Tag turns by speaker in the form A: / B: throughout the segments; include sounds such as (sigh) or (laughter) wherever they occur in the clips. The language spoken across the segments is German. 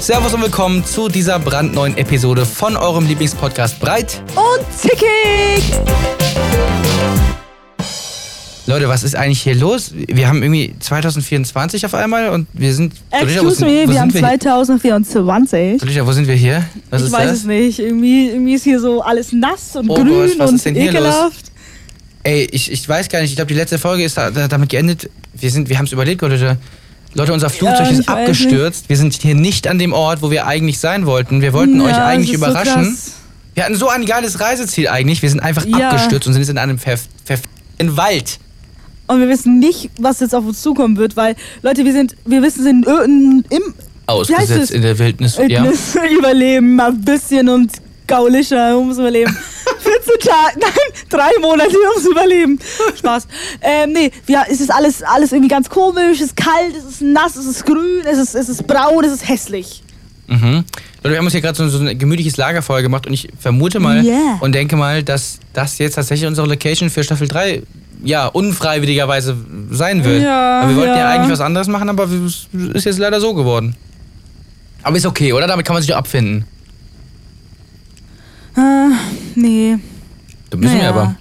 A: Servus und willkommen zu dieser brandneuen Episode von eurem Lieblingspodcast Breit.
B: Und zickig!
A: Leute, was ist eigentlich hier los? Wir haben irgendwie 2024 auf einmal und wir sind. Solida, wo
B: Excuse
A: sind- wo
B: me, wir
A: sind
B: haben
A: hier?
B: 2024.
A: Solida, wo sind wir hier? Was
B: ich
A: ist
B: weiß
A: das?
B: es nicht. Irgendwie, irgendwie ist hier so alles nass und
A: Oh Gott,
B: grün
A: was
B: und
A: ist denn hier
B: ekelhaft.
A: Ey, ich, ich weiß gar nicht. Ich glaube, die letzte Folge ist da, da, damit geendet. Wir, sind- wir haben es überlebt, Leute. Leute, unser Flugzeug
B: ich
A: ist
B: weiß
A: abgestürzt. Wir sind hier nicht an dem Ort, wo wir eigentlich sein wollten. Wir wollten euch
B: Ja, es
A: eigentlich
B: ist so
A: überraschen.
B: krass.
A: wir hatten so ein geiles Reiseziel eigentlich. Wir sind einfach
B: Ja.
A: abgestürzt und sind jetzt in einem verf verf- Wald.
B: und wir wissen nicht, was jetzt auf uns zukommen wird, weil, Leute, wir sind, wir wissen, sind im, im es?
A: Ausgesetzt in der Wildnis. Ja.
B: Wildnis Äh, (laughs) überleben, mal ein bisschen und gaulischer
A: (laughs)
B: ums Überleben. 14 Tage, (laughs) nein, drei Monate ums Überleben. Spaß. Ähm, nee, wir, es ist alles, alles irgendwie ganz komisch, es ist kalt, es ist nass, es ist grün, es ist, es ist braun, es ist hässlich.
A: Mhm. Leute, wir haben uns hier gerade so, so ein gemütliches Lagerfeuer gemacht und ich vermute mal
B: Yeah.
A: und denke mal, dass das jetzt tatsächlich unsere Location für Staffel 3 ja, unfreiwilligerweise sein wird.
B: Ja,
A: aber wir wollten ja.
B: ja.
A: eigentlich was anderes machen, aber es ist jetzt leider so geworden. Aber ist okay, oder? Damit kann man sich doch abfinden.
B: Äh, nee.
A: Da müssen wir
B: Naja.
A: aber.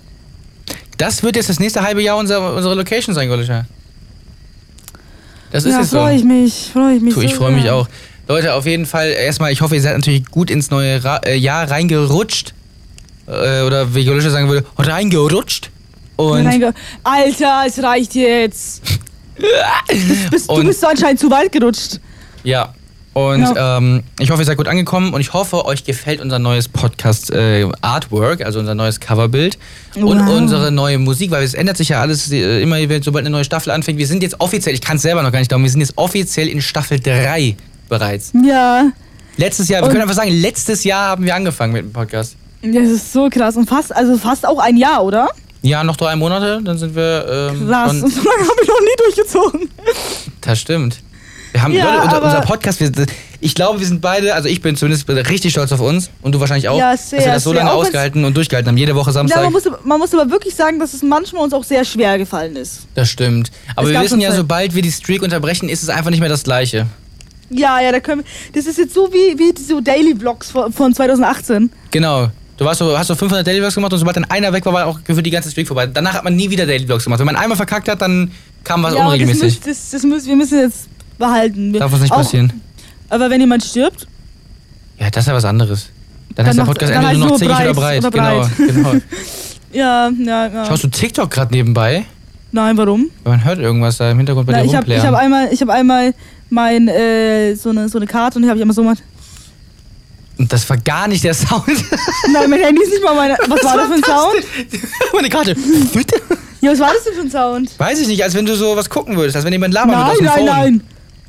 A: Das wird jetzt das nächste halbe Jahr unser, unsere Location sein, Golischer. Das ist
B: ja,
A: jetzt so.
B: freue ich mich, freue ich mich.
A: Tu, ich
B: so
A: freue mich
B: sehr.
A: auch. Leute, auf jeden Fall erstmal, ich hoffe, ihr seid natürlich gut ins neue Ra äh, Jahr reingerutscht. Äh, oder wie Jolische sagen würde, reingerutscht. Und
B: Reinge- Oh Alter, es reicht jetzt. Du bist, du
A: Und-
B: bist so anscheinend zu weit gerutscht.
A: ja. Und
B: Ja.
A: Ähm, ich hoffe, ihr seid gut angekommen und ich hoffe, euch gefällt unser neues Podcast-Artwork, also unser neues Coverbild und
B: Wow.
A: unsere neue Musik, weil es ändert sich ja alles äh, immer, wenn- sobald eine neue Staffel anfängt. Wir sind jetzt offiziell, ich kann es selber noch gar nicht glauben, wir sind jetzt offiziell in Staffel 3 bereits.
B: Ja.
A: Letztes Jahr, wir
B: Und-
A: können einfach sagen, letztes Jahr haben wir angefangen mit dem Podcast.
B: Das ist so krass. Und fast, also fast auch ein Jahr, oder?
A: Ja, noch drei Monate, dann sind wir. Ähm,
B: Krass. Und
A: schon-
B: so lange habe ich noch nie durchgezogen.
A: das stimmt. Wir haben
B: Ja,
A: Leute, unser,
B: aber-
A: unser Podcast. Wir, ich glaube, wir sind beide, also ich bin zumindest richtig stolz auf uns und du wahrscheinlich auch,
B: Ja,
A: dass wir
B: sehr,
A: das so
B: sehr.
A: lange
B: Auch wenn's-
A: ausgehalten und durchgehalten haben. Jede Woche
B: Ja,
A: Samstag.
B: man, muss, man muss aber wirklich sagen, dass es manchmal uns auch sehr schwer gefallen ist.
A: das stimmt. Aber
B: Es
A: wir
B: gab
A: wissen
B: so
A: ja,
B: Zeit-
A: sobald wir die Streak unterbrechen, ist es einfach nicht mehr das Gleiche.
B: Ja, ja, da können wir, Das ist jetzt so wie, wie so Daily Vlogs von, von 2018.
A: Genau. Du warst, so- hast so 500 Daily Vlogs gemacht und sobald dann einer weg war, war auch für die ganze Streak vorbei. Danach hat man nie wieder Daily Vlogs gemacht. Wenn man einmal verkackt hat, dann kam was
B: ja, aber das,
A: unregelmäßig.
B: müsst, das, das müssen, wir müssen jetzt behalten. Wir-
A: Darf uns nicht
B: auch,
A: passieren.
B: Aber wenn jemand stirbt,
A: Ja, das ist ja was anderes. Dann,
B: Dann
A: heißt der
B: macht-
A: Podcast
B: dann
A: entweder
B: heißt
A: nur noch
B: nur
A: zickig oder breit.
B: breit oder breit.
A: Genau,
B: (laughs)
A: genau.
B: ja, ja, ja.
A: Schaust du TikTok gerade nebenbei?
B: Nein, warum?
A: Man hört irgendwas da im Hintergrund bei
B: Na,
A: dir
B: ich habe ich hab
A: rumplären.
B: einmal, ich hab einmal mein, äh, so, eine, so eine Karte und die habe ich immer so (laughs) gemacht.
A: Und das war gar nicht der (laughs) Sound.
B: Nein, mein Handy ist nicht mal meine. Was war das für ein Sound?
A: Meine Karte.
B: Ja, was war das denn für ein Sound?
A: Weiß ich nicht, als wenn du so was gucken würdest, als wenn jemand labert
B: Nein,
A: mit aus dem Phone.
B: nein, nein.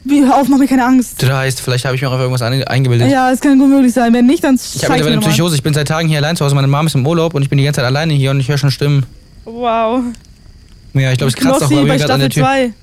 B: Wie, hör auf, mach mir keine Angst.
A: Dreist, vielleicht habe ich mir auch auf irgendwas ange- eingebildet.
B: Ja, es kann gut möglich sein. Wenn nicht, dann
A: Ich habe
B: zeig's
A: mittlerweile
B: mir
A: eine
B: nochmal.
A: Psychose, ich bin seit Tagen hier allein zu Hause, meine Mom ist im Urlaub und ich bin die ganze Zeit alleine hier und ich höre schon Stimmen.
B: Wow.
A: Ja, ich glaube, es kratzt auch
B: Knossi
A: bei
B: bei
A: mir gerade an der
B: Staffel
A: Tür.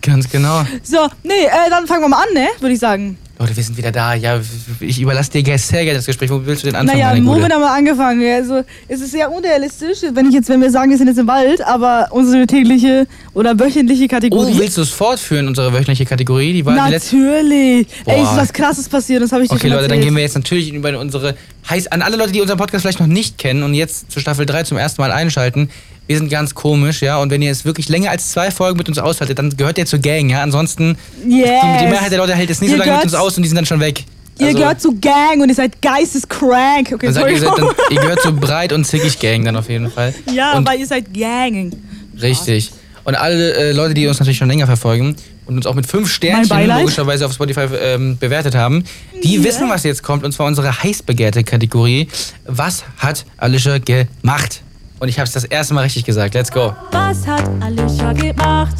B: 2.
A: Ganz genau.
B: So, nee, äh, dann fangen wir mal an, ne? Würde ich sagen.
A: Leute, wir sind wieder da. Ja, ich überlasse dir sehr gerne das Gespräch. Wo willst du denn anfangen,
B: naja,
A: meine
B: im
A: Gute?
B: Moment haben wir angefangen. ja. Also, es ist sehr unrealistisch, wenn ich jetzt, wenn wir sagen, wir sind jetzt im Wald, aber unsere tägliche oder wöchentliche
A: Oh,
B: Kategorie.
A: willst du es fortführen, unsere wöchentliche Kategorie? Die war die letzte
B: Natürlich.
A: Boah.
B: Ey, ist was krasses passiert, das habe ich dir
A: Okay,
B: schon
A: Leute, dann
B: erzählt.
A: gehen wir jetzt natürlich über unsere heiß an alle Leute, die unseren Podcast vielleicht noch nicht kennen und jetzt zu Staffel 3 zum ersten Mal einschalten. Wir sind ganz komisch, ja, und wenn ihr es wirklich länger als zwei Folgen mit uns aushaltet, dann gehört ihr zur Gang, ja. Ansonsten
B: Yes.
A: die, die Mehrheit der Leute hält es nicht so
B: Ihr
A: lange mit uns
B: gehört-
A: aus und die sind dann schon weg. Also,
B: Ihr gehört zu Gang und ihr seid geisteskrank. Okay,
A: dann seid, ihr, seid,
B: Entschuldigung.
A: dann, ihr gehört
B: (laughs)
A: zur breit und zickig Gang dann auf jeden Fall.
B: Ja,
A: und
B: weil ihr seid Gang.
A: Richtig. Und alle äh, Leute, die uns natürlich schon länger verfolgen und uns auch mit fünf Sternchen
B: Beileid.
A: logischerweise auf Spotify ähm, bewertet haben, die
B: Ja.
A: wissen, was jetzt kommt, und zwar unsere heiß begehrte Kategorie. Was hat Alicia gemacht? Und ich habe es das erste Mal richtig gesagt. Let's go.
C: Was hat Alicia gemacht?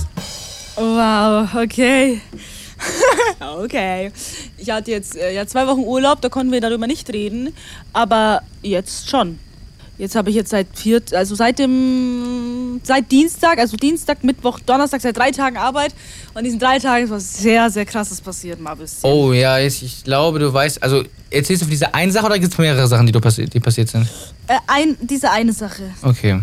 B: Wow, okay. (laughs) okay. Ich hatte jetzt äh, ja, zwei Wochen Urlaub, da konnten wir darüber nicht reden, aber jetzt schon. Jetzt habe ich jetzt seit vier, also seit dem, seit Dienstag, also Dienstag, Mittwoch, Donnerstag, seit drei Tagen Arbeit. Und in diesen drei Tagen ist was sehr, sehr krasses passiert, Marvis.
A: Oh ja, ich, ich glaube, du weißt. Also erzählst du von dieser einen Sache oder gibt es mehrere Sachen, die, du passi die passiert sind?
B: Äh, ein, diese eine Sache.
A: Okay.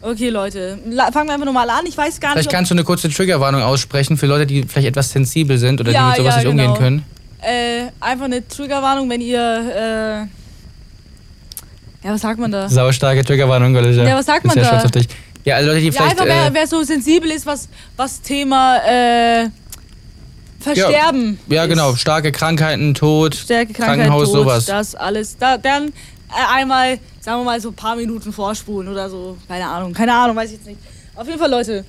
B: Okay, Leute, la- fangen wir einfach normal an. Ich weiß gar
A: Vielleicht
B: nicht, ob,
A: kannst du eine kurze Triggerwarnung aussprechen für Leute, die vielleicht etwas sensibel sind oder die
B: Ja,
A: mit sowas
B: ja,
A: nicht umgehen
B: genau.
A: können.
B: äh, einfach eine Triggerwarnung, wenn ihr, äh, ja, was sagt man da?
A: Saustarke Triggerwarnung, Gollischer.
B: Ja, was sagt
A: Bin
B: man
A: sehr
B: da?
A: stolz auf dich. Ja, also Leute, die
B: Ja,
A: vielleicht.
B: einfach wer,
A: äh,
B: wer so sensibel ist, was, was Thema, äh, Versterben.
A: ja,
B: ist.
A: genau. Starke Krankheiten, Tod,
B: Stärke, Krankheit,
A: Krankenhaus,
B: Tod,
A: sowas.
B: das alles. Da, dann äh, einmal, sagen wir mal, so ein paar Minuten vorspulen oder so. Keine Ahnung, keine Ahnung, weiß ich jetzt nicht. Auf jeden Fall, Leute,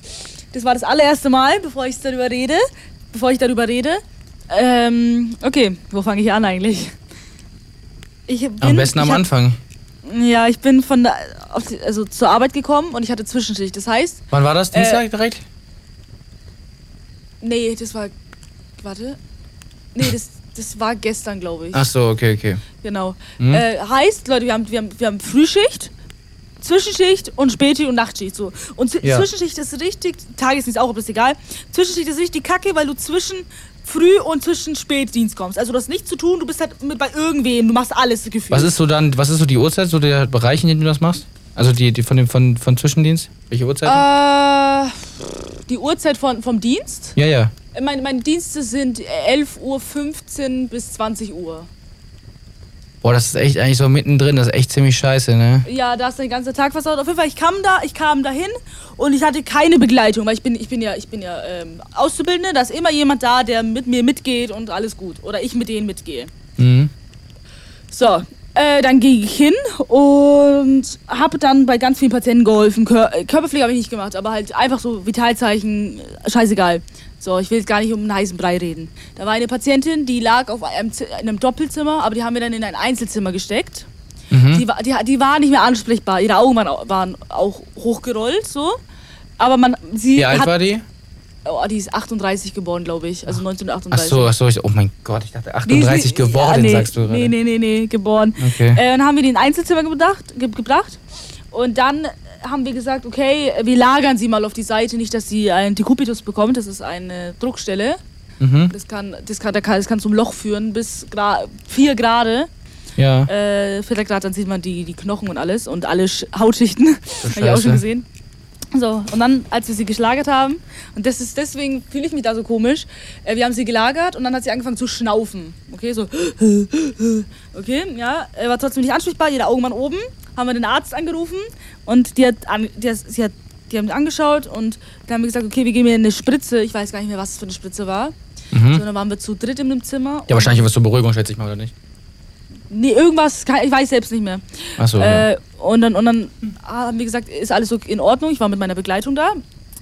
B: das war das allererste Mal, bevor ich darüber rede. Bevor ich darüber rede. Ähm, okay, wo fange ich an eigentlich? Ich bin,
A: Am besten am
B: ich hab-
A: Anfang.
B: Ja, ich bin von der, auf die, also zur Arbeit gekommen und ich hatte Zwischenschicht. Das heißt,
A: Wann war
B: Äh,
A: das? Dienstag direkt?
B: nee, das war, warte, nee, das, das war gestern, glaube ich.
A: Ach Hm. so, okay, okay.
B: Genau. Äh, heißt, Leute, wir haben, wir, haben, wir haben Frühschicht, Zwischenschicht und Späti und Nachtschicht. So. Und Z
A: Ja.
B: Zwischenschicht ist richtig, Tagesdienst auch, aber ist egal. Zwischenschicht ist richtig kacke, weil du zwischen Früh- und zwischen Spätdienst kommst. Also du hast nichts zu tun, du bist halt mit bei irgendwem, du machst alles gefühlt.
A: Was ist so dann, was ist so die Uhrzeit, so der Bereich, in dem du das machst? Also die, die von dem von, von Zwischendienst? Welche
B: Ah.
A: Uhrzeit?
B: Äh, die Uhrzeit von, vom Dienst?
A: ja, ja.
B: Äh, Meine, meine Dienste sind 11.15 Uhr bis 20 Uhr.
A: Boah, das ist echt eigentlich so mittendrin, das ist echt ziemlich scheiße, ne?
B: Ja, da ist der ganze Tag versaut. Auf jeden Fall, ich kam da, ich kam dahin und ich hatte keine Begleitung, weil ich bin, ich bin ja, ich bin ja ähm, Auszubildende. Da ist immer jemand da, der mit mir mitgeht und alles gut. Oder ich mit denen mitgehe.
A: Mhm.
B: So, äh, dann ging ich hin und habe dann bei ganz vielen Patienten geholfen. Kör äh, Körperpflege habe ich nicht gemacht, aber halt einfach so Vitalzeichen, äh, scheißegal. So, ich will jetzt gar nicht um einen heißen Brei reden. Da war eine Patientin, die lag auf einem, Z- in einem Doppelzimmer, aber die haben wir dann in ein Einzelzimmer gesteckt.
A: Mhm.
B: Die, war, die, die war nicht mehr ansprechbar. Ihre Augen waren, au- waren auch hochgerollt, so. Aber man, sie
A: Wie alt
B: hat,
A: war die?
B: Oh, die ist 38 geboren, glaube ich. Also
A: Ach
B: 1938.
A: so, ach so, ich, oh mein Gott, ich dachte
B: Die ist
A: 38
B: nicht-
A: geworden,
B: ja, nee,
A: sagst du gerade.
B: Nee, nee, nee, nee, geboren.
A: Okay.
B: Äh, dann haben wir die in ein Einzelzimmer gebracht, ge gebracht. Und dann haben wir gesagt, okay, wir lagern sie mal auf die Seite, nicht, dass sie einen Decubitus bekommt. Das ist eine Druckstelle.
A: Mhm.
B: Das kann, das kann, da kann, das kann zum Loch führen bis gra 4 Grad.
A: Ja.
B: Äh, 4 Grad, dann sieht man die, die Knochen und alles und alle Sch Hautschichten. (laughs) Habe ich auch
A: Scheiße.
B: schon gesehen. So, und dann, als wir sie geschlagert haben, und das ist deswegen fühle ich mich da so komisch, äh, wir haben sie gelagert und dann hat sie angefangen zu schnaufen. Okay, so. (laughs) Okay, ja, äh, war trotzdem nicht ansprechbar, jeder Augenmann oben. Haben wir den Arzt angerufen und die hat, an, die, hat, sie hat die haben angeschaut und dann haben wir gesagt, okay, wir geben ihr eine Spritze. Ich weiß gar nicht mehr, was es für eine Spritze war. So, und dann waren wir zu dritt in dem Zimmer.
A: Mhm. Ja, wahrscheinlich was zur Beruhigung, schätze ich mal, oder nicht?
B: Nee, irgendwas, ke- ich weiß selbst nicht mehr.
A: Ach so. ja.
B: Äh, und dann, und dann ah, haben wir gesagt, ist alles so in Ordnung. Ich war mit meiner Begleitung da.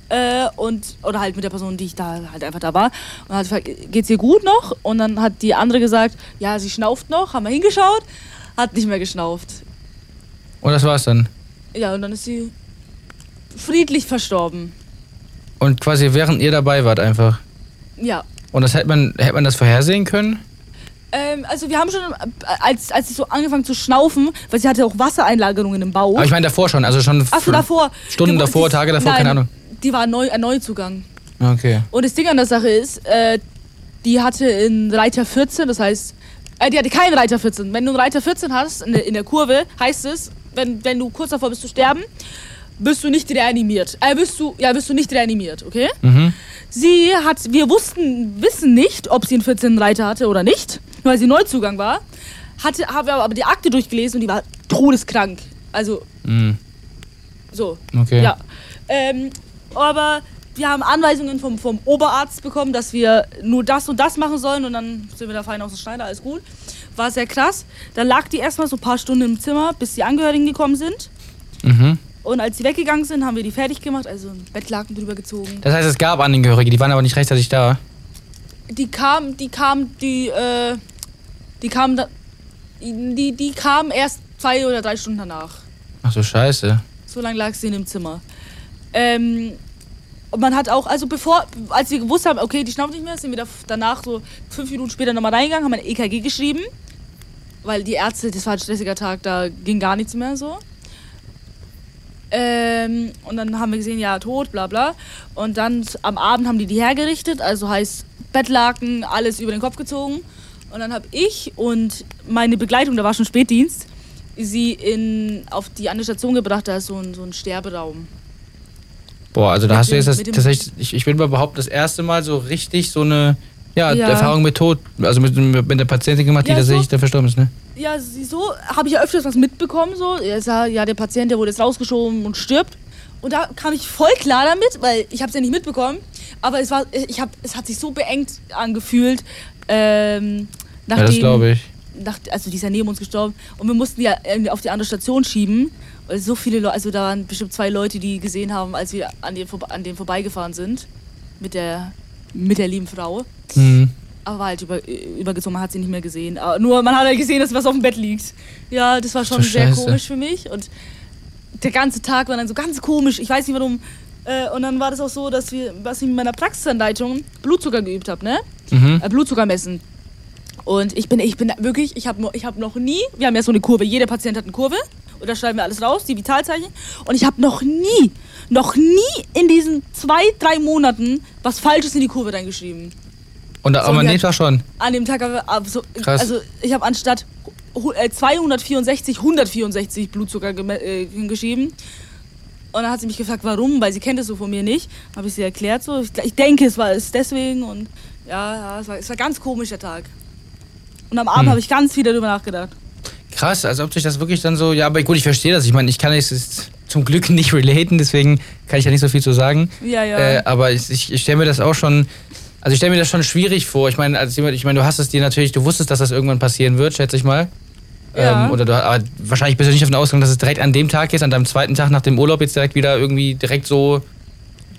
B: Äh, und, oder halt mit der Person, die ich da halt einfach da war. Und dann hat gefragt, geht's ihr gut noch? Und dann hat die andere gesagt, ja, sie schnauft noch. Haben wir hingeschaut, hat nicht mehr geschnauft.
A: Und das war's dann.
B: Ja, und dann ist sie friedlich verstorben.
A: Und quasi während ihr dabei wart einfach.
B: Ja.
A: Und das hätte man, hätte man das vorhersehen können?
B: Ähm, also wir haben schon, äh, als, als sie so angefangen zu schnaufen, weil sie hatte auch Wassereinlagerungen im Bauch.
A: Aber ich meine davor schon, also schon.
B: Achso, davor.
A: Stunden
B: Geburt-
A: davor,
B: die-
A: Tage davor,
B: nein,
A: keine Ahnung.
B: Die war neu, ein Neuzugang.
A: Okay.
B: Und das Ding an der Sache ist, äh, die hatte in Reiter 14, das heißt, äh, die hatte keinen Reiter 14. Wenn du einen Reiter 14 hast in der, in der Kurve, heißt es, wenn, wenn du kurz davor bist zu sterben, bist du nicht reanimiert. Äh, bist du, ja, bist du nicht reanimiert, okay?
A: Mhm.
B: Sie hat, wir wussten, wissen nicht, ob sie einen 14. Reiter hatte oder nicht, weil sie Neuzugang war. Hatte, habe aber die Akte durchgelesen und die war todeskrank. Also,
A: Mhm.
B: so.
A: Okay.
B: Ja. Ähm, aber wir haben Anweisungen vom, vom Oberarzt bekommen, dass wir nur das und das machen sollen und dann sind wir da fein aus dem Schneider, alles gut. War sehr krass. Da lag die erstmal so ein paar Stunden im Zimmer, bis die Angehörigen gekommen sind.
A: Mhm.
B: Und als sie weggegangen sind, haben wir die fertig gemacht, also ein Bettlaken drüber gezogen.
A: Das heißt, es gab Angehörige, die waren aber nicht rechtzeitig da.
B: Die kamen, die kamen, die, äh, die kamen da, die, die kamen erst zwei oder drei Stunden danach.
A: Ach so, scheiße.
B: So lange lag sie in dem Zimmer. Ähm, und man hat auch, also bevor, als wir gewusst haben, okay, die schnauft nicht mehr, sind wir da, danach so fünf Minuten später nochmal reingegangen, haben ein EKG geschrieben. Weil die Ärzte, das war ein stressiger Tag, da ging gar nichts mehr so. Ähm, und dann haben wir gesehen, ja, tot, bla bla. Und dann am Abend haben die die hergerichtet, also heißt Bettlaken, alles über den Kopf gezogen. Und dann habe ich und meine Begleitung, da war schon Spätdienst, sie in, auf die andere Station gebracht. Da ist so ein, so ein Sterberaum.
A: Boah, also da
B: Mit
A: hast du
B: dem-
A: jetzt das,
B: mit dem-
A: tatsächlich, ich, ich bin überhaupt das erste Mal so richtig so eine ja,
B: Ja.
A: Erfahrung mit Tod, also mit, mit der Patientin gemacht, die
B: Ja, so.
A: tatsächlich dann verstorben ist, ne?
B: Ja, sie- so habe ich ja öfters was mitbekommen. So. Ja, sa- ja, der Patient, der wurde jetzt rausgeschoben und stirbt. Und da kam ich voll klar damit, weil ich habe es ja nicht mitbekommen. Aber es, war, ich hab, es hat sich so beengt angefühlt. Ähm,
A: Ja, das
B: nachdem-
A: glaube ich.
B: nach, also die ist ja neben uns gestorben und wir mussten die ja irgendwie auf die andere Station schieben. Weil so viele Leute, also da waren bestimmt zwei Leute, die gesehen haben, als wir an denen, vorbe- an denen vorbeigefahren sind. Mit der, mit der lieben Frau.
A: Hm.
B: Aber war halt über, übergezogen, man hat sie nicht mehr gesehen. Aber nur man hat halt gesehen, dass was auf dem Bett liegt. Ja, das war schon
A: du
B: sehr
A: Scheiße.
B: komisch für mich. Und der ganze Tag war dann so ganz komisch. Ich weiß nicht warum. Äh, und dann war das auch so, dass wir, was ich mit meiner Praxisanleitung Blutzucker geübt habe, ne?
A: Mhm.
B: äh, Blutzucker messen. Und ich bin, ich bin wirklich, ich habe ich hab noch nie, wir haben ja so eine Kurve, jeder Patient hat eine Kurve. Und da schreiben wir alles raus, die Vitalzeichen. Und ich habe noch nie, noch nie in diesen zwei, drei Monaten was Falsches in die Kurve reingeschrieben.
A: Und da,
B: So,
A: aber
B: die
A: nee,
B: hat-
A: war schon.
B: An dem Tag, habe- ab so,
A: Krass.
B: also ich habe anstatt hu- äh, 264, 164 Blutzucker geme- äh, hingeschrieben. Und dann hat sie mich gefragt, warum, weil sie kennt es so von mir nicht. Habe ich sie erklärt so. Ich, ich denke, es war es deswegen und ja, ja es, war, es war ganz komisch der Tag. Und am Abend
A: Hm.
B: habe ich ganz viel darüber nachgedacht.
A: Krass, als ob sich das wirklich dann so, ja, aber gut, ich verstehe das. Ich meine, ich kann es jetzt zum Glück nicht relaten, deswegen kann ich ja nicht so viel zu sagen.
B: Ja, ja.
A: Äh, aber ich, ich, ich stelle mir das auch schon, also ich stelle mir das schon schwierig vor. Ich meine, als jemand, ich meine, du hast es dir natürlich, du wusstest, dass das irgendwann passieren wird, schätze ich mal.
B: Ja.
A: Ähm, oder du, aber wahrscheinlich bist du nicht davon ausgegangen, dass es direkt an dem Tag jetzt, an deinem zweiten Tag nach dem Urlaub jetzt direkt wieder irgendwie direkt so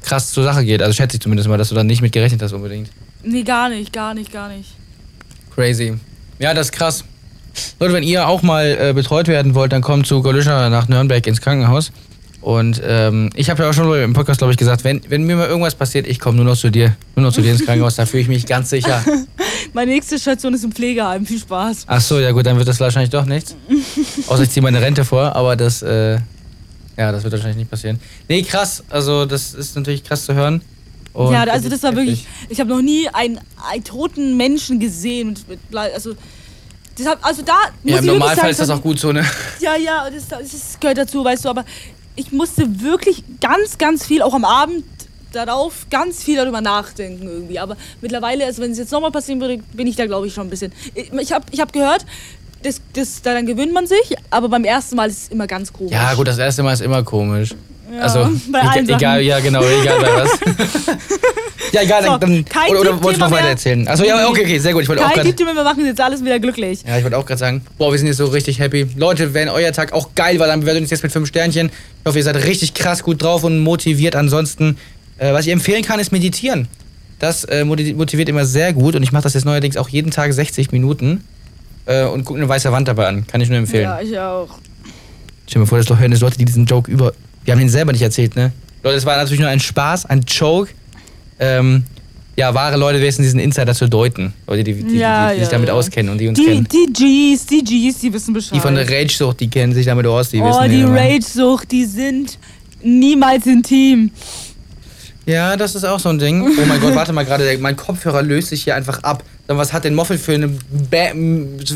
A: krass zur Sache geht. Also schätze ich zumindest mal, dass du da nicht mit gerechnet hast unbedingt.
B: nee, gar nicht, gar nicht, gar nicht.
A: Crazy. Ja, das ist krass. Leute, wenn ihr auch mal äh, betreut werden wollt, dann kommt zu Golüscher nach Nürnberg ins Krankenhaus. Und ähm, ich habe ja auch schon im Podcast, glaube ich, gesagt, wenn, wenn mir mal irgendwas passiert, ich komme nur noch zu dir. Nur noch zu dir ins Krankenhaus, da fühle ich mich ganz
B: (laughs)
A: sicher.
B: Meine nächste Station ist im Pflegeheim. Viel Spaß.
A: Ach so, ja gut, dann wird das wahrscheinlich doch nichts. Außer ich ziehe meine Rente vor, aber das, äh, ja, das wird wahrscheinlich nicht passieren. Nee, krass. Also, das ist natürlich krass zu hören. Und
B: ja, also das war
A: heftig.
B: wirklich. Ich habe noch nie einen, einen toten Menschen gesehen. Mit, mit, Blei- also, das hab, also da
A: Ja,
B: muss ich
A: im
B: wirklich
A: Normalfall
B: sagen,
A: ist das auch gut so, ne?
B: Ja, ja, das, das ist- gehört dazu, weißt du. Aber ich musste wirklich ganz, ganz viel, auch am Abend darauf, ganz viel darüber nachdenken irgendwie. Aber mittlerweile, also wenn es jetzt nochmal passieren würde, bin ich da, glaube ich, schon ein bisschen. Ich, ich habe ich hab gehört, das, das, daran gewöhnt man sich, aber beim ersten Mal ist es immer ganz komisch.
A: Ja, gut, das erste Mal ist immer komisch.
B: Ja,
A: also,
B: bei allen
A: egal, egal,
B: Sachen.
A: ja, genau, egal bei
B: (laughs)
A: was. ja, egal,
B: So,
A: dann. dann
B: kein
A: oder oder
B: Tipp-
A: wolltest du
B: Thema
A: noch weiter
B: mehr?
A: erzählen? Achso, ja, okay, okay, sehr gut. Ich wollte auch
B: Kein
A: gerade.
B: Tipp, wir machen jetzt alles wieder glücklich.
A: Ja, ich wollte auch gerade sagen, boah, wir sind jetzt so richtig happy. Leute, wenn euer Tag auch geil war, dann bewertet uns jetzt mit 5 Sternchen. Ich hoffe, ihr seid richtig krass gut drauf und motiviert. Ansonsten, äh, was ich empfehlen kann, ist meditieren. Das äh, moti- motiviert immer sehr gut und ich mache das jetzt neuerdings auch jeden Tag 60 Minuten äh, und gucke eine weiße Wand dabei an. Kann ich nur empfehlen.
B: Ja, ich auch.
A: Stell dir mal vor, das hören das Leute, die diesen Joke über. Wir haben den selber nicht erzählt, ne? Leute, es war natürlich nur ein Spaß, ein Joke. Ähm, ja, wahre Leute wissen diesen Insider zu deuten. Leute, die, die, die, die,
B: Ja,
A: sich
B: ja,
A: damit
B: ja.
A: auskennen und die uns
B: Die,
A: kennen.
B: die Gs, die Gs, die wissen Bescheid.
A: Die von der Rage-Sucht, die kennen sich damit aus, die
B: Oh,
A: wissen
B: die
A: ja, ne? Mann.
B: Rage-Sucht, die sind niemals intim.
A: Ja, das ist auch so ein Ding. Oh mein Gott, warte mal gerade, der- mein Kopfhörer löst sich hier einfach ab. Dann was hat denn Moffel für eine, Bä-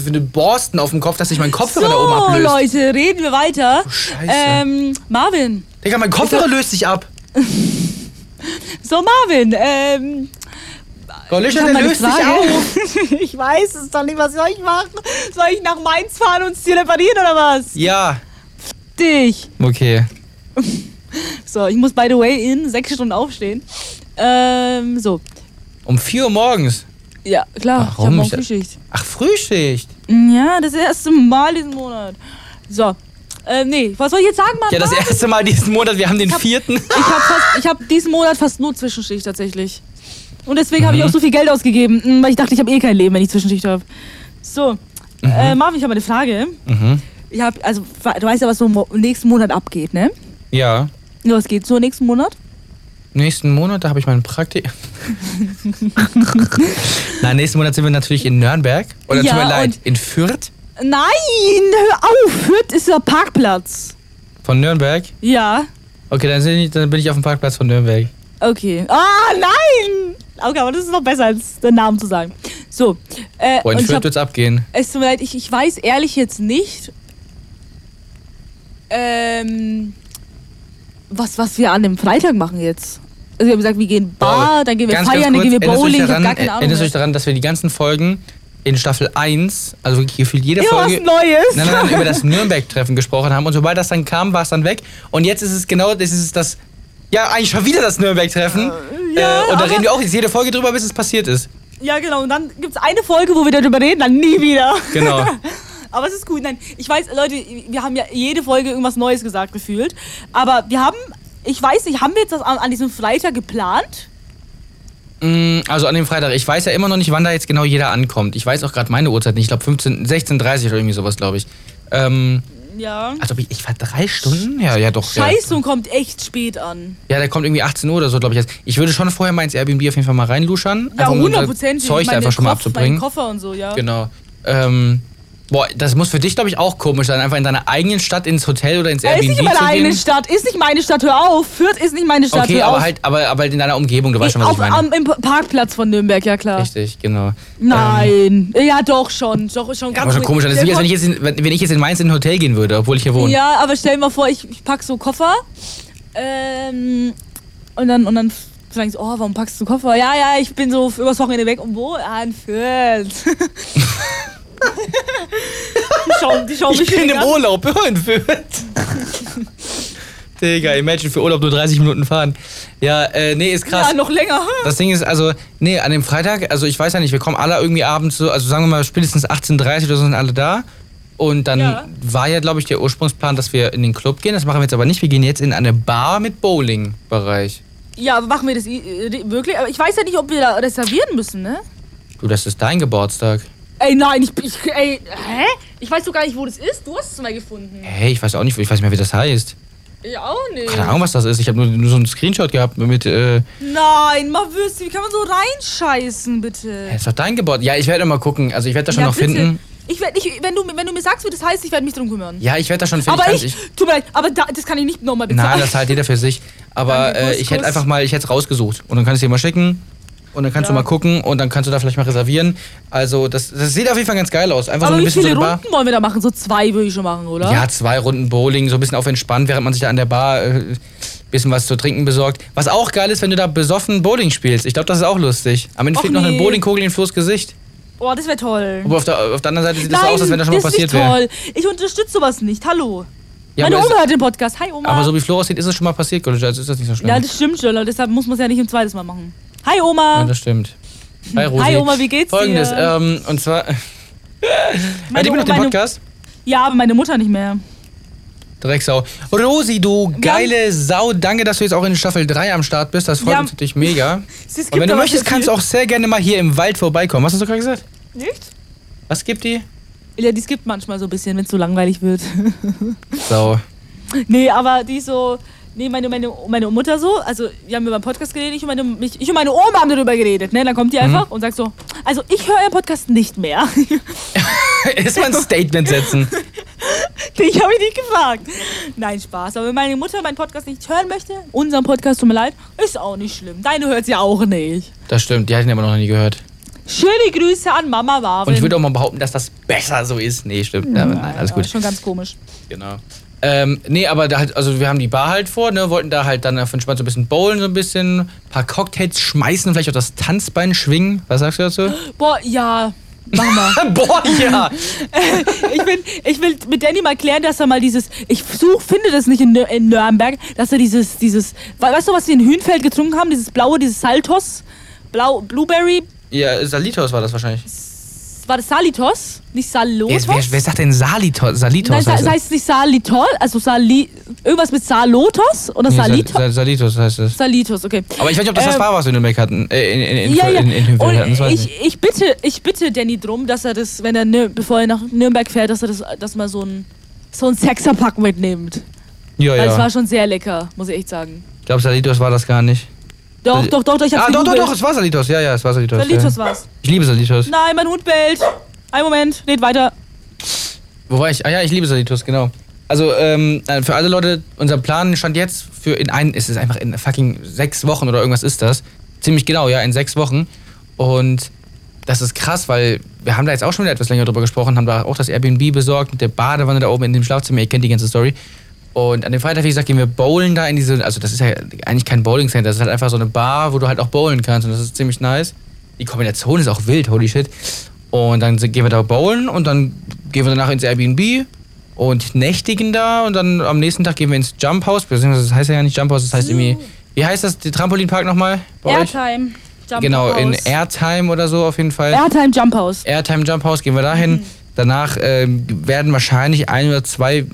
A: für eine Borsten auf dem Kopf, dass sich mein Kopfhörer da oben
B: So,
A: ablöst? Oh,
B: Leute, reden wir weiter.
A: Scheiße.
B: Ähm, Marvin.
A: Digga, mein Kopfhörer löst sich ab.
B: So, Marvin, ähm. ich
A: Gollischer,
B: hab
A: der
B: mal eine
A: löst sich
B: Frage.
A: auf.
B: (laughs) ich weiß es doch nicht, was soll ich machen? Soll ich nach Mainz fahren und es dir reparieren oder was?
A: Ja.
B: Dich.
A: Okay.
B: So, ich muss by the way in sechs Stunden aufstehen. Ähm, so.
A: Um 4 Uhr morgens.
B: Ja, klar,
A: Warum? Ich-
B: ich habe morgen Frühschicht.
A: Ach, Frühschicht.
B: Ja, das erste Mal diesen Monat. So. Ähm, nee, was soll ich jetzt sagen, Mann?
A: Ja, das erste Mal diesen Monat, wir haben den vierten.
B: Ich habe fast, ich hab diesen Monat fast nur Zwischenschicht tatsächlich. Und deswegen habe ich auch so viel Geld ausgegeben, mm, weil ich dachte, ich habe eh kein Leben, wenn ich Zwischenschicht habe. So,
A: Mhm.
B: äh, Marvin, ich habe eine Frage. Ich hab, also, du weißt ja, was so mo- nächsten Monat abgeht, ne?
A: Ja.
B: Ja, Was geht so nächsten Monat?
A: Nächsten Monat, da habe ich meinen
B: (laughs)
A: Praktik. Nein, nächsten Monat sind wir natürlich in Nürnberg. Oder
B: Ja,
A: tut mir leid,
B: und-
A: in Fürth
B: Nein, hör auf, Hürth ist der Parkplatz.
A: von Nürnberg.
B: Ja,
A: Okay, dann, sind, dann bin ich auf dem Parkplatz von Nürnberg.
B: okay. Ah, nein! Okay, aber das ist noch besser, als den Namen zu sagen. So, äh,
A: Boah, in
B: und ich
A: Fürth
B: hab,
A: wird's abgehen.
B: es tut mir leid, ich, ich weiß ehrlich jetzt nicht, ähm, was, was wir an dem Freitag machen jetzt. Also wir haben gesagt, wir gehen Bar, dann gehen wir
A: Äh, Ganz, ganz
B: feiern, dann
A: kurz,
B: gehen
A: erinnerst du
B: wir
A: dich
B: Bowling, ich hab
A: daran,
B: gar keine
A: äh,
B: Ahnung.
A: Erinnerst du
B: mehr.
A: dich daran, dass wir die ganzen Folgen in Staffel 1, also wirklich gefühlt jede
B: Immer was
A: Folge,
B: Neues.
A: Nein, nein, nein, über das Nürnberg-Treffen gesprochen haben. Und sobald das dann kam, war es dann weg. Und jetzt ist es genau, das ist das. Ja, eigentlich schon wieder das Nürnberg-Treffen.
B: ja,
A: äh, und da
B: aber-
A: reden wir auch jetzt jede Folge drüber, bis es passiert ist.
B: (laughs) Ja, genau. Und dann gibt es eine Folge, wo wir darüber reden, dann nie wieder. (laughs)
A: Genau.
B: Aber es ist gut. Nein, ich weiß, Leute, wir haben ja jede Folge irgendwas Neues gesagt gefühlt. Aber wir haben, ich weiß nicht, haben wir jetzt das an, an diesem Freitag geplant?
A: Mm, Also an dem Freitag. Ich weiß ja immer noch nicht, wann da jetzt genau jeder ankommt. Ich weiß auch gerade meine Uhrzeit nicht. Ich glaube 15, 16.30 oder irgendwie sowas, glaube ich. Ähm,
B: Ja.
A: als ob ich, ich war drei Stunden? Ja, ja doch. ja.
B: Scheiße, und kommt echt spät an.
A: Ja, der kommt irgendwie 18 Uhr oder so, glaube ich. jetzt. Ich würde schon vorher mal ins Airbnb auf jeden Fall mal reinluschern.
B: Ja,
A: einfach um unser
B: hundertprozentig.
A: Zeug
B: Ich
A: da
B: meine,
A: einfach schon mal
B: den Kopf, meinen
A: abzubringen.
B: Koffer und so, ja.
A: Genau. Ähm, boah, das muss für dich, glaube ich, auch komisch sein, einfach in deiner eigenen Stadt ins Hotel oder ins
B: Ja, ist
A: Airbnb
B: nicht
A: zu
B: meine eigene
A: gehen.
B: Stadt, ist nicht meine Stadt, hör auf. Fürth ist nicht meine Stadt,
A: okay,
B: hör
A: aber
B: auf.
A: halt, aber, aber halt in deiner Umgebung, du weißt schon, was
B: auf
A: ich meine.
B: am, Im Parkplatz von Nürnberg, ja klar.
A: Richtig, genau. Ähm,
B: Nein. ja, doch schon. Doch, schon ganz
A: aber schon
B: ruhig.
A: komisch, das ist
B: Der
A: wie, als wenn
B: Kopf-
A: ich, jetzt in, wenn wenn ich jetzt in Mainz in ein Hotel gehen würde, obwohl ich hier wohne.
B: Ja, aber stell dir mal vor, ich, ich pack so Koffer. Ähm, und dann, und dann sagen sie, oh, warum packst du Koffer? Ja, ja, ich bin so f- übers Wochenende weg. Und wo? Ah, in Fürth. die schauen, die schauen
A: (laughs) Ich
B: mich
A: bin
B: schräg
A: im
B: an.
A: Urlaub, ja, in Fürth.
B: (laughs)
A: Digga, imagine für Urlaub nur 30 Minuten fahren. Ja, äh, nee, ist krass.
B: Ja, noch länger.
A: Das Ding ist, also, nee, an dem Freitag, also ich weiß ja nicht, wir kommen alle irgendwie abends so, also sagen wir mal spätestens 18.30 oder so sind alle da. Und dann
B: Ja.
A: war ja, glaube ich, der Ursprungsplan, dass wir in den Club gehen. Das machen wir jetzt aber nicht. Wir gehen jetzt in eine Bar mit Bowling-Bereich.
B: Ja, aber machen wir das i- i- wirklich? Aber ich weiß ja nicht, ob wir da reservieren müssen, ne?
A: Du, das ist dein Geburtstag.
B: Ey, nein, ich, ich ey, hä? Ich weiß doch gar nicht, wo das ist. Du hast es mal gefunden.
A: Hey, ich weiß auch nicht, ich weiß nicht mehr, wie das heißt.
B: Ich auch nicht.
A: Keine Ahnung, was das ist. Ich habe nur, nur so einen Screenshot gehabt mit, äh,
B: Nein, mal Würstchen, wie kann man so reinscheißen, bitte?
A: das ist doch dein Geburtstag. Ja, ich werde mal gucken. Also ich werde das schon
B: Ja,
A: noch
B: bitte.
A: finden.
B: Ich werd, ich, wenn, du, wenn du mir sagst, wie das heißt, ich werde mich drum kümmern.
A: Ja, ich werde das schon finden.
B: aber
A: kann's-
B: ich, tut mir leid, aber da, das kann ich nicht nochmal bezahlen.
A: Nein, das halt jeder für sich. Aber
B: Danke, Kuss,
A: äh, ich hätte
B: Kuss.
A: einfach mal, ich hätte es rausgesucht. Und dann kannst du dir mal schicken. Und dann kannst
B: Ja.
A: du mal gucken und dann kannst du da vielleicht mal reservieren. Also, das, das sieht auf jeden Fall ganz geil aus. Einfach
B: aber
A: so ein
B: wie
A: bisschen so
B: viele
A: eine Bar.
B: Runden wollen wir da machen? So zwei würde ich schon machen, oder?
A: Ja, zwei Runden Bowling, so ein bisschen auf entspannt, während man sich da an der Bar äh, ein bisschen was zu trinken besorgt. Was auch geil ist, wenn du da besoffen Bowling spielst. Ich glaube, das ist auch lustig. Am Ende
B: Och,
A: fliegt noch eine
B: nee.
A: Bowlingkugel in Flo's Gesicht.
B: Oh, das wäre toll.
A: Aber auf der, auf der anderen Seite sieht das
B: Nein,
A: so aus, als wenn das schon mal
B: ist
A: passiert
B: nicht
A: wäre.
B: toll. Ich unterstütze sowas nicht. Hallo.
A: Ja,
B: Meine
A: aber, es-
B: Oma hört den Podcast. Hi Oma.
A: aber so wie Flo aussieht, ist es schon mal passiert, Gulli, also ist das nicht so schlimm.
B: ja, das stimmt schon, Leute. deshalb muss man es ja nicht ein zweites Mal machen. Hi Oma.
A: Ja, das stimmt. Hi, Rosi.
B: Hi, Oma, wie geht's dir?
A: Folgendes, ähm, und zwar, (laughs) hört
B: meine,
A: ihr
B: Oma-
A: noch den
B: meine-
A: Podcast?
B: ja, aber meine Mutter nicht mehr.
A: Drecksau. Rosi, du geile Sau, danke, dass du jetzt auch in Staffel 3 am Start bist. Das freut
B: Ja.
A: uns natürlich
B: (laughs)
A: mega.
B: Sie skippt
A: Und wenn du
B: aber
A: möchtest,
B: so
A: kannst du auch sehr gerne mal hier im Wald vorbeikommen. Was hast du gerade gesagt?
B: viel. Nicht?
A: Was gibt die?
B: Ja, die skippt manchmal so ein bisschen, wenn es so langweilig wird.
A: Sau. (laughs)
B: Nee, aber die so. Nee, meine, meine, meine Mutter so, also wir haben über den Podcast geredet, ich und meine, mich, ich und meine Oma haben darüber geredet, ne? Dann kommt die
A: Mhm.
B: einfach und sagt so, also ich höre euren Podcast nicht mehr. (laughs)
A: Erst mal ein Statement setzen.
B: ich habe mich nicht gefragt. Nein, Spaß. Aber wenn meine Mutter meinen Podcast nicht hören möchte, unseren Podcast, tut mir leid, ist auch nicht schlimm. Deine hört sie auch nicht.
A: Das stimmt, die hat ihn aber noch nie gehört.
B: Schöne Grüße an Mama Warwin.
A: Und ich würde auch mal behaupten, dass das besser so ist. Nee, stimmt. Ja, nein, alles
B: Ja,
A: gut.
B: Schon ganz komisch.
A: Genau. Ähm, nee, aber da halt, also wir haben die Bar halt vor, ne, wollten da halt dann auf entspannt so ein bisschen bowlen, so ein bisschen, ein paar Cocktails schmeißen, vielleicht auch das Tanzbein schwingen. Was sagst du dazu?
B: Boah, ja, mach
A: (laughs)
B: mal.
A: Boah, ja!
B: ich, will, ich will mit Danny mal klären, dass er mal dieses. Ich such, finde das nicht in, Nür in Nürnberg, dass er dieses, dieses. we- Weißt du, was wir in Hühnfeld getrunken haben? Dieses blaue, dieses Saltos. Blau, Blueberry.
A: ja, Salitos war das wahrscheinlich.
B: War das Salitos? Nicht Salotos?
A: Wer, wer, wer sagt denn Salitos? Salitos
B: Nein, sa-
A: heißt
B: es
A: es.
B: heißt nicht Salitos, also Sali. Irgendwas mit Salotos oder
A: Nee, Sal-
B: Salitos?
A: Sal- Salitos heißt es.
B: Salitos, okay.
A: Aber ich weiß nicht, ob das das
B: Ähm,
A: war, was wir in Nürnberg hatten. Äh, in, in, in,
B: ja, ja.
A: in, in Hünfeld hatten. Das
B: Und
A: weiß ich
B: ich,
A: nicht.
B: ich, bitte, ich bitte Danny drum, dass er das, wenn er Nür bevor er nach Nürnberg fährt, dass er das, dass mal so ein so ein Sechserpack mitnimmt.
A: Ja,
B: Weil es
A: ja.
B: war schon sehr lecker, muss ich echt sagen.
A: Ich glaube, Salitos war das gar nicht.
B: Doch,
A: Sal-
B: doch, doch, doch, ich hab's
A: Ah, doch, doch,
B: gegoogelt.
A: doch, es war Salitos. Ja, ja, es war Salitos.
B: Salitos
A: ja.
B: war's.
A: Ich liebe Salitos.
B: Nein, mein Hund bellt. Ein Moment, red weiter.
A: Wo war ich? Ah ja, ich liebe Salitos, genau. Also ähm, äh, für alle Leute, unser Plan stand jetzt für in ein, es ist einfach in fucking sechs Wochen oder irgendwas ist das. Ziemlich genau, ja, in sechs Wochen. Und das ist krass, weil wir haben da jetzt auch schon wieder etwas länger drüber gesprochen, haben da auch das Airbnb besorgt mit der Badewanne da oben in dem Schlafzimmer. Ihr kennt die ganze Story. Und an dem Freitag, wie gesagt, gehen wir bowlen da in diese, also das ist ja eigentlich kein Bowling Center, das ist halt einfach so eine Bar, wo du halt auch bowlen kannst und das ist ziemlich nice. Die Kombination ist auch wild, holy shit. Und dann sind- gehen wir da bowlen und dann gehen wir danach ins Airbnb und nächtigen da und dann am nächsten Tag gehen wir ins Jump House, beziehungsweise das heißt ja gar nicht Jump House, das heißt irgendwie, wie heißt das, der Trampolinpark nochmal? bei euch?
B: Airtime. Jump
A: Genau, in Äh,
B: House.
A: Airtime oder so auf jeden Fall.
B: Airtime Jump House.
A: Airtime Jump House, gehen wir dahin.
B: Mhm.
A: Danach ähm, werden wahrscheinlich ein oder zwei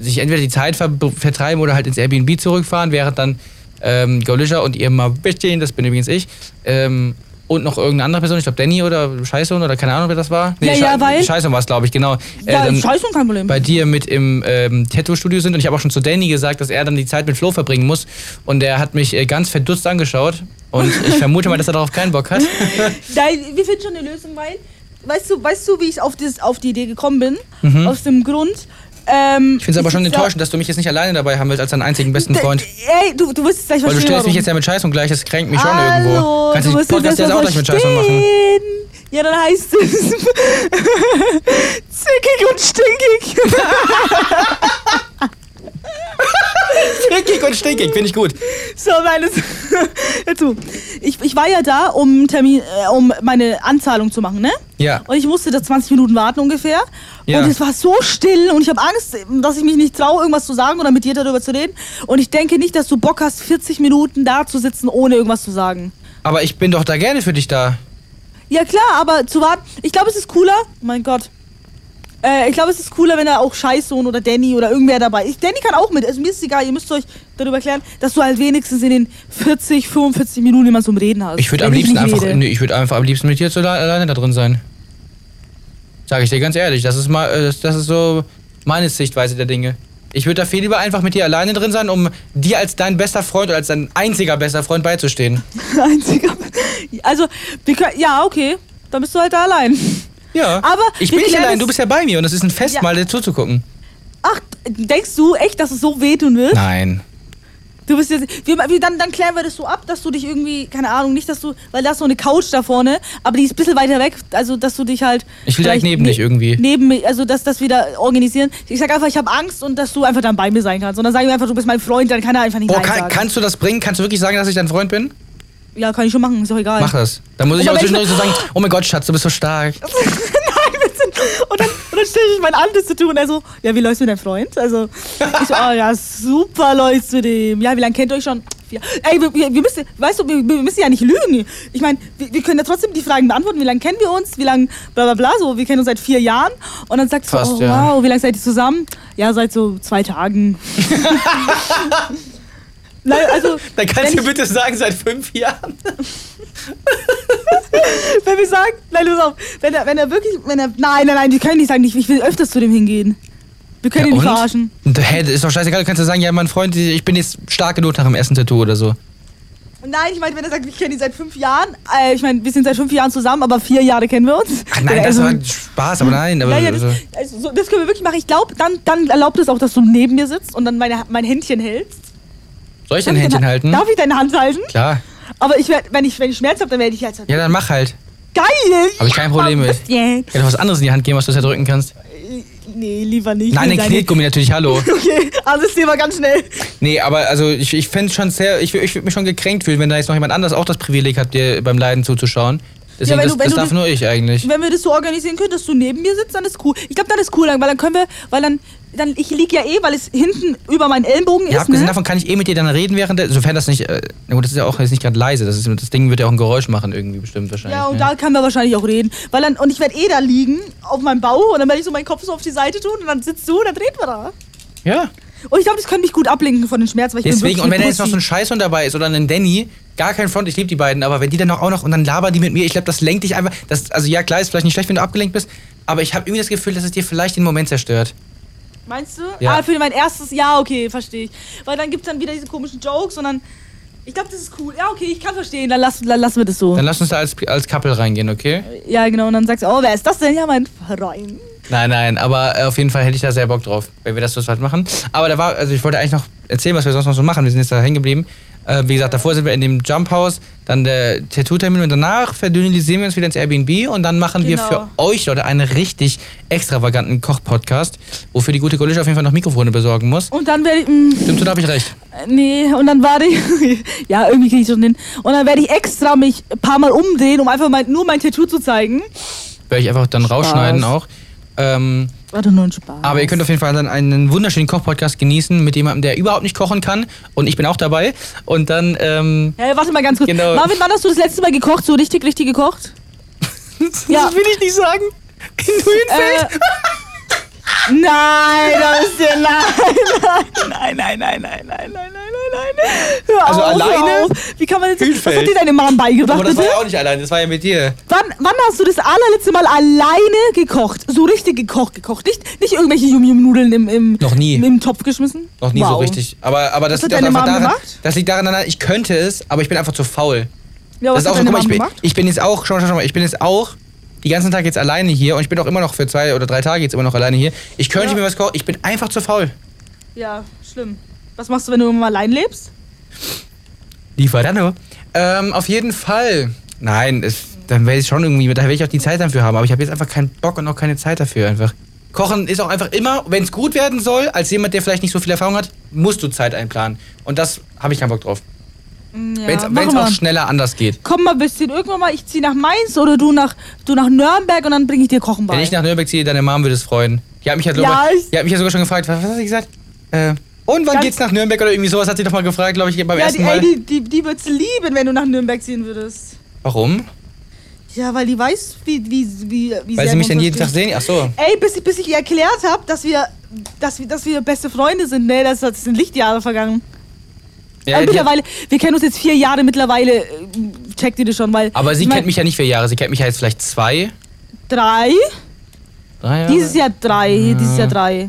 A: sich entweder die Zeit ver vertreiben oder halt ins Airbnb zurückfahren, während dann ähm, Golisha und ihr Mabitchen, das bin übrigens ich, ähm, und noch irgendeine andere Person, ich glaube Danny oder Scheißhund oder keine Ahnung, wer das war.
B: Ja, ja, weil-
A: Scheißhund war es, glaube ich, genau. Äh,
B: ja,
A: dann
B: scheiße, kein Problem.
A: bei dir mit im ähm, Tattoo-Studio sind und ich habe auch schon zu Danny gesagt, dass er dann die Zeit mit Flo verbringen muss und er hat mich äh, ganz verdutzt angeschaut
B: (laughs)
A: und ich vermute mal, dass er darauf keinen Bock hat.
B: Nein, wir finden schon eine Lösung, weil, weißt du, weißt du, wie ich auf, das, auf die Idee gekommen bin? Aus dem Grund. Ähm,
A: Mhm. Ich finde es aber
B: (laughs)
A: schon
B: sitz
A: enttäuschend, dass du mich jetzt nicht alleine dabei haben willst als deinen einzigen besten
B: da,
A: Freund.
B: Ey, du, du wirst es gleich
A: Weil du
B: verstehen,
A: stellst
B: warum.
A: mich jetzt ja mit Scheiß und gleich, das kränkt mich schon
B: Hallo,
A: irgendwo. Kannst
B: du
A: du den
B: wirst es
A: Podcast
B: jetzt
A: jetzt auch
B: mal
A: gleich mit Scheiß machen?
B: verstehen. Ja, dann heißt es (laughs) zickig und stinkig.
A: Stinkig und stinkig, finde ich gut.
B: So, meines. (laughs) Hör zu. Ich, ich war ja da, um, Termin, äh, um meine Anzahlung zu machen, ne?
A: Ja.
B: Und ich musste da 20 Minuten warten ungefähr.
A: Ja.
B: Und es war so still und ich habe Angst, dass ich mich nicht traue, irgendwas zu sagen oder mit dir darüber zu reden. Und ich denke nicht, dass du Bock hast, 40 Minuten da zu sitzen, ohne irgendwas zu sagen.
A: Aber ich bin doch da gerne für dich da.
B: Ja klar, aber zu warten. Ich glaube, es ist cooler. Oh mein Gott. Äh, ich glaube, es ist cooler, wenn da auch Scheißsohn oder Danny oder irgendwer dabei ist. Danny kann auch mit. Also mir ist es egal, ihr müsst euch darüber klären, dass du halt wenigstens in den 40, 45 Minuten jemanden zum Reden hast.
A: Ich würde
B: Wenn
A: am liebsten
B: nicht
A: einfach,
B: rede. (laughs)
A: nee, ich würde einfach am liebsten mit dir zu, alleine da drin sein. Sag ich dir ganz ehrlich, das ist mal, äh, das, das ist so meine Sichtweise der Dinge. Ich würde da viel lieber einfach mit dir alleine drin sein, um dir als dein bester Freund oder als dein einziger bester Freund beizustehen.
B: Einziger. Also, wir können, ja, okay. Dann bist du halt da allein. (laughs)
A: Ja.
B: Aber
A: ich
B: wir
A: bin nicht
B: klären
A: allein,
B: das-
A: du bist ja bei mir und es ist ein Fest,
B: Ja.
A: mal dir zuzugucken.
B: Ach, denkst du echt, dass es so wehtun wird?
A: Nein.
B: Du bist jetzt. Wir, wir, dann, dann klären wir das so ab, dass du dich irgendwie, keine Ahnung, nicht, dass du. Weil da ist so eine Couch da vorne, aber die ist ein bisschen weiter weg. Also, dass du dich halt.
A: Ich will gleich
B: vielleicht
A: neben
B: ne-
A: dich irgendwie.
B: Neben mich, also dass das wieder organisieren. Ich sag einfach, ich habe Angst und dass du einfach dann bei mir sein kannst. Und dann sag ich einfach, du bist mein Freund, dann kann er einfach nicht
A: Boah,
B: Boah,
A: Oh, kann,
B: sagen.
A: kannst du das bringen? Kannst du wirklich sagen, dass ich dein Freund bin?
B: ja, kann ich schon machen, ist doch egal.
A: Mach das. Dann muss ich auch
B: Oder wenn ich
A: zwischendurch so sagen, oh mein Gott, Schatz, du bist so stark.
B: (laughs) Und dann, und dann stelle ich mein altes zu tun und er so, ja, wie läufst du mit deinem Freund? Also, ich so, oh ja, super läufst du dem. Ja, wie lange kennt ihr euch schon? Ja. Ey, wir, wir wir müssen, weißt du, wir, wir müssen ja nicht lügen. Ich meine, wir, wir können ja trotzdem die Fragen beantworten. Wie lange kennen wir uns? Wie lange, bla bla bla, so, wir kennen uns seit vier Jahren. Und dann sagst du,
A: Fast,
B: oh
A: ja.
B: wow, wie lange seid ihr zusammen? Ja, seit so
A: (laughs)
B: zwei Tagen. Nein, also,
A: Dann kannst
B: Wenn
A: du bitte sagen, seit fünf Jahren.
B: wenn wir sagen, nein, pass auf, wenn er, wenn er wirklich, wenn er, nein, nein, nein, wir können nicht sagen, ich, ich will öfters zu dem hingehen. Wir können ihn nicht verarschen.
A: Hä, das ist doch scheißegal. Du kannst ja sagen, ja, mein Freund, ich bin jetzt stark genug nach dem ersten Tattoo oder so.
B: Nein, ich meine, wenn er sagt, ich kenne ihn seit fünf Jahren, äh, ich meine, wir sind seit fünf Jahren zusammen, aber vier Jahre kennen wir uns.
A: Ach Ah, nein,
B: Ja,
A: das
B: also,
A: war Spaß, aber nein. Aber
B: ja, ja, das,
A: also,
B: also, so, das können wir wirklich machen. Ich glaube, dann, dann erlaubt es auch, dass du neben mir sitzt und dann meine, mein Händchen hältst.
A: soll ich dein Händchen halten?
B: Darf ich deine Hand halten?
A: Klar.
B: Aber ich werd, wenn, ich, wenn ich Schmerz habe, dann werde ich jetzt.
A: Ja, dann mach halt.
B: Geil!
A: Hab ich kein Problem mit.
B: Yeah.
A: Ich kann doch was anderes in die Hand geben, was du zerdrücken kannst.
B: Nee, lieber nicht.
A: Nein,
B: Nee,
A: ein
B: deine-
A: Knetgummi natürlich,
B: (laughs)
A: hallo.
B: Okay, alles Thema ganz schnell.
A: Nee, aber also ich, ich fände schon sehr, ich, wür- ich würde mich schon gekränkt fühlen, wenn da jetzt noch jemand anders auch das Privileg hat, dir beim Leiden zuzuschauen. Deswegen,
B: wenn
A: das,
B: du- wenn
A: das
B: du
A: darf
B: das-
A: nur ich eigentlich.
B: Wenn wir das so organisieren können, dass du neben mir sitzt, dann ist cool. Ich glaube, dann ist cool, weil dann können wir, weil dann, dann ich lieg ja eh, weil es hinten über meinen Ellenbogen
A: Ja,
B: ist. Ne?
A: abgesehen davon kann ich eh mit dir dann reden, während der, sofern das nicht, äh, na gut, das ist ja auch jetzt nicht gerade leise, das, ist, das Ding wird ja auch ein Geräusch machen irgendwie bestimmt wahrscheinlich.
B: Ja, und
A: ne?
B: da können wir wahrscheinlich auch reden. Weil dann, und ich werde eh da liegen, auf meinem Bauch, und dann werde ich so meinen Kopf so auf die Seite tun, und dann sitzt du, und dann reden wir da.
A: ja.
B: Und ich glaube, das könnte mich gut ablenken von den Schmerzen, weil ich bin
A: Deswegen,
B: wirklich
A: und wenn
B: eine
A: da jetzt noch so ein
B: Pussy.
A: Scheißhund dabei ist oder ein Danny, gar kein Front, ich liebe die beiden, aber wenn die dann noch, auch noch und dann labern die mit mir, ich glaube, das lenkt dich einfach, das, also ja, klar, ist vielleicht nicht schlecht, wenn du abgelenkt bist, aber ich habe irgendwie das Gefühl, dass es dir vielleicht den Moment zerstört.
B: Meinst du?
A: Ja.
B: Ah, für mein erstes, ja, okay, verstehe ich. Weil dann gibt es dann wieder diese komischen Jokes, und dann, ich glaube, das ist cool. Ja, okay, ich kann verstehen, dann, lass, dann lassen wir das so.
A: Dann lass uns da als, als Couple reingehen, okay?
B: ja, genau, und dann sagst du, oh, wer ist das denn? Ja, mein Freund.
A: Nein, nein, aber äh, auf jeden Fall hätte ich da sehr Bock drauf, wenn wir das so halt machen. Aber da war, also ich wollte eigentlich noch erzählen, was wir sonst noch so machen. Wir sind jetzt da hängen geblieben. Äh, wie gesagt, davor sind wir in dem Jump House, dann der Tattoo-Termin und danach verdünnelisieren wir uns wieder ins Airbnb und dann machen wir
B: Genau.
A: für euch Leute einen richtig extravaganten Koch-Podcast, wofür die gute Gulische auf jeden Fall noch Mikrofone besorgen muss.
B: Und dann werde ich. mm,
A: Stimmt, da habe ich recht.
B: Nee, und dann war ich. (laughs) ja, irgendwie kriege ich schon hin. Und dann werde ich extra mich ein paar Mal umdrehen, um einfach mein, nur mein Tattoo zu zeigen.
A: Werde ich einfach dann rausschneiden auch. Ähm,
B: War doch nur ein Spaß.
A: Aber ihr könnt auf jeden Fall dann einen wunderschönen Koch-Podcast genießen mit jemandem, der überhaupt nicht kochen kann. Und ich bin auch dabei. Und dann, ähm,
B: Hey, warte mal ganz kurz.
A: Genau.
B: Marvin, wann hast du das letzte Mal gekocht? So richtig, richtig gekocht? (laughs) Ja. Äh,
A: das will ich nicht sagen. In Grünfeld?
B: Nein, das ist ja nein, (laughs) nein, nein, nein, nein, nein, nein, nein, nein, nein. Hör
A: Also
B: auf,
A: alleine?
B: Hör auf. Wie kann man jetzt, was
A: Hühnfeld.
B: hat dir deine Mom beigebracht,
A: Aber das war
B: bitte?
A: ja auch nicht allein, das war ja mit dir.
B: Wann, wann hast du das allerletzte Mal alleine gekocht? So richtig gekocht, gekocht. Nicht, nicht irgendwelche Yum-Yum-Nudeln im, im,
A: Noch nie.
B: im Topf geschmissen?
A: Noch nie so
B: Wow.
A: richtig. Aber, aber das,
B: Was
A: liegt
B: hat
A: auch
B: deine
A: einfach
B: Mom
A: daran,
B: gemacht?
A: das liegt daran, nein, nein, ich könnte es, aber ich bin einfach zu faul. das
B: Ja, was
A: ist auch
B: hat
A: so,
B: deine
A: guck mal,
B: Mom
A: ich bin,
B: gemacht?
A: ich bin jetzt auch, schau mal, schau mal, ich bin jetzt auch den ganzen Tag jetzt alleine hier und ich bin auch immer noch für zwei oder drei Tage jetzt immer noch alleine hier. Ich könnte
B: Ja.
A: mir was kochen, ich bin einfach zu faul.
B: Ja, schlimm. Was machst du, wenn du immer allein lebst?
A: Lieferando. Ähm, auf jeden Fall. Nein, es, dann werde ich schon irgendwie, da werde ich auch die Zeit dafür haben. Aber ich habe jetzt einfach keinen Bock und auch keine Zeit dafür einfach. Kochen ist auch einfach immer, wenn es gut werden soll, als jemand, der vielleicht nicht so viel Erfahrung hat, musst du Zeit einplanen. Und das habe ich keinen Bock drauf.
B: Ja,
A: wenn es auch schneller anders geht.
B: Komm mal ein bisschen, irgendwann mal, ich zieh nach Mainz oder du nach, du nach Nürnberg und dann bringe ich dir Kochen bei.
A: Wenn ich nach Nürnberg ziehe, deine Mom würde es freuen. Die hat mich ja,
B: Ja,
A: sogar-
B: ich-
A: die hat mich ja sogar schon gefragt, was, was hat sie gesagt? Äh, und wann
B: Ganz-
A: geht's nach Nürnberg oder irgendwie sowas hat sie doch mal gefragt, glaube ich, beim
B: ja, die,
A: ersten Mal.
B: Ey, die, die, die wird's lieben, wenn du nach Nürnberg ziehen würdest.
A: Warum?
B: Ja, weil die weiß, wie, wie, wie, wie
A: Weil
B: sehr
A: sie mich
B: wir
A: dann
B: uns
A: jeden Tag
B: verstehen.
A: sehen. Ach so.
B: Ey, bis, ich- bis ich ihr erklärt habe, dass wir, dass, wir, dass wir beste Freunde sind, ne, das, das sind Lichtjahre vergangen.
A: Ja,
B: Aber
A: die-
B: mittlerweile, wir kennen uns jetzt vier Jahre, mittlerweile äh, checkt ihr das schon, weil...
A: aber sie
B: ich mein,
A: kennt mich ja nicht für Jahre. Sie kennt mich ja jetzt vielleicht zwei.
B: Drei?
A: Drei Jahre?
B: Dieses Jahr drei, dieses Jahr drei.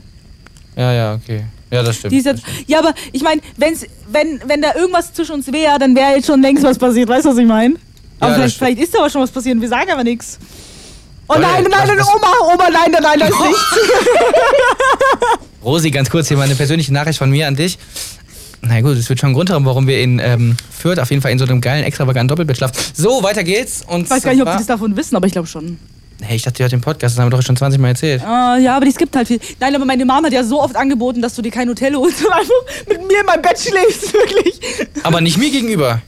A: Ja, ja, okay. Ja, das stimmt.
B: Die ist jetzt, ja, aber ich meine, wenn's, wenn, wenn da irgendwas zwischen uns wäre, dann wäre jetzt schon längst was passiert. Weißt du, was ich meine? Aber
A: das
B: vielleicht,
A: stimmt.
B: vielleicht ist da aber schon was passiert und wir sagen aber nichts. Oh
A: Leute,
B: nein, nein,
A: was-
B: nein,
A: was-
B: Oma, Oma, nein, nein, nein,
A: (laughs)
B: das ist nicht.
A: Rosi, ganz kurz hier mal eine persönliche Nachricht von mir an dich. Na gut, es wird schon einen Grund haben, warum wir in ähm, Fürth auf jeden Fall in so einem geilen, extravaganten Doppelbett schlafen. So, weiter geht's. Und
B: Ich weiß gar nicht, ob die das davon wissen, aber ich glaube schon.
A: Hey, ich dachte, ihr hört den Podcast, das haben wir doch schon 20 Mal erzählt.
B: Ah, ja, aber die skippt halt viel. Nein, aber meine Mama hat ja so oft angeboten, dass du dir kein Hotel holst (laughs) und einfach mit mir in meinem Bett schläfst, wirklich.
A: Aber nicht mir gegenüber.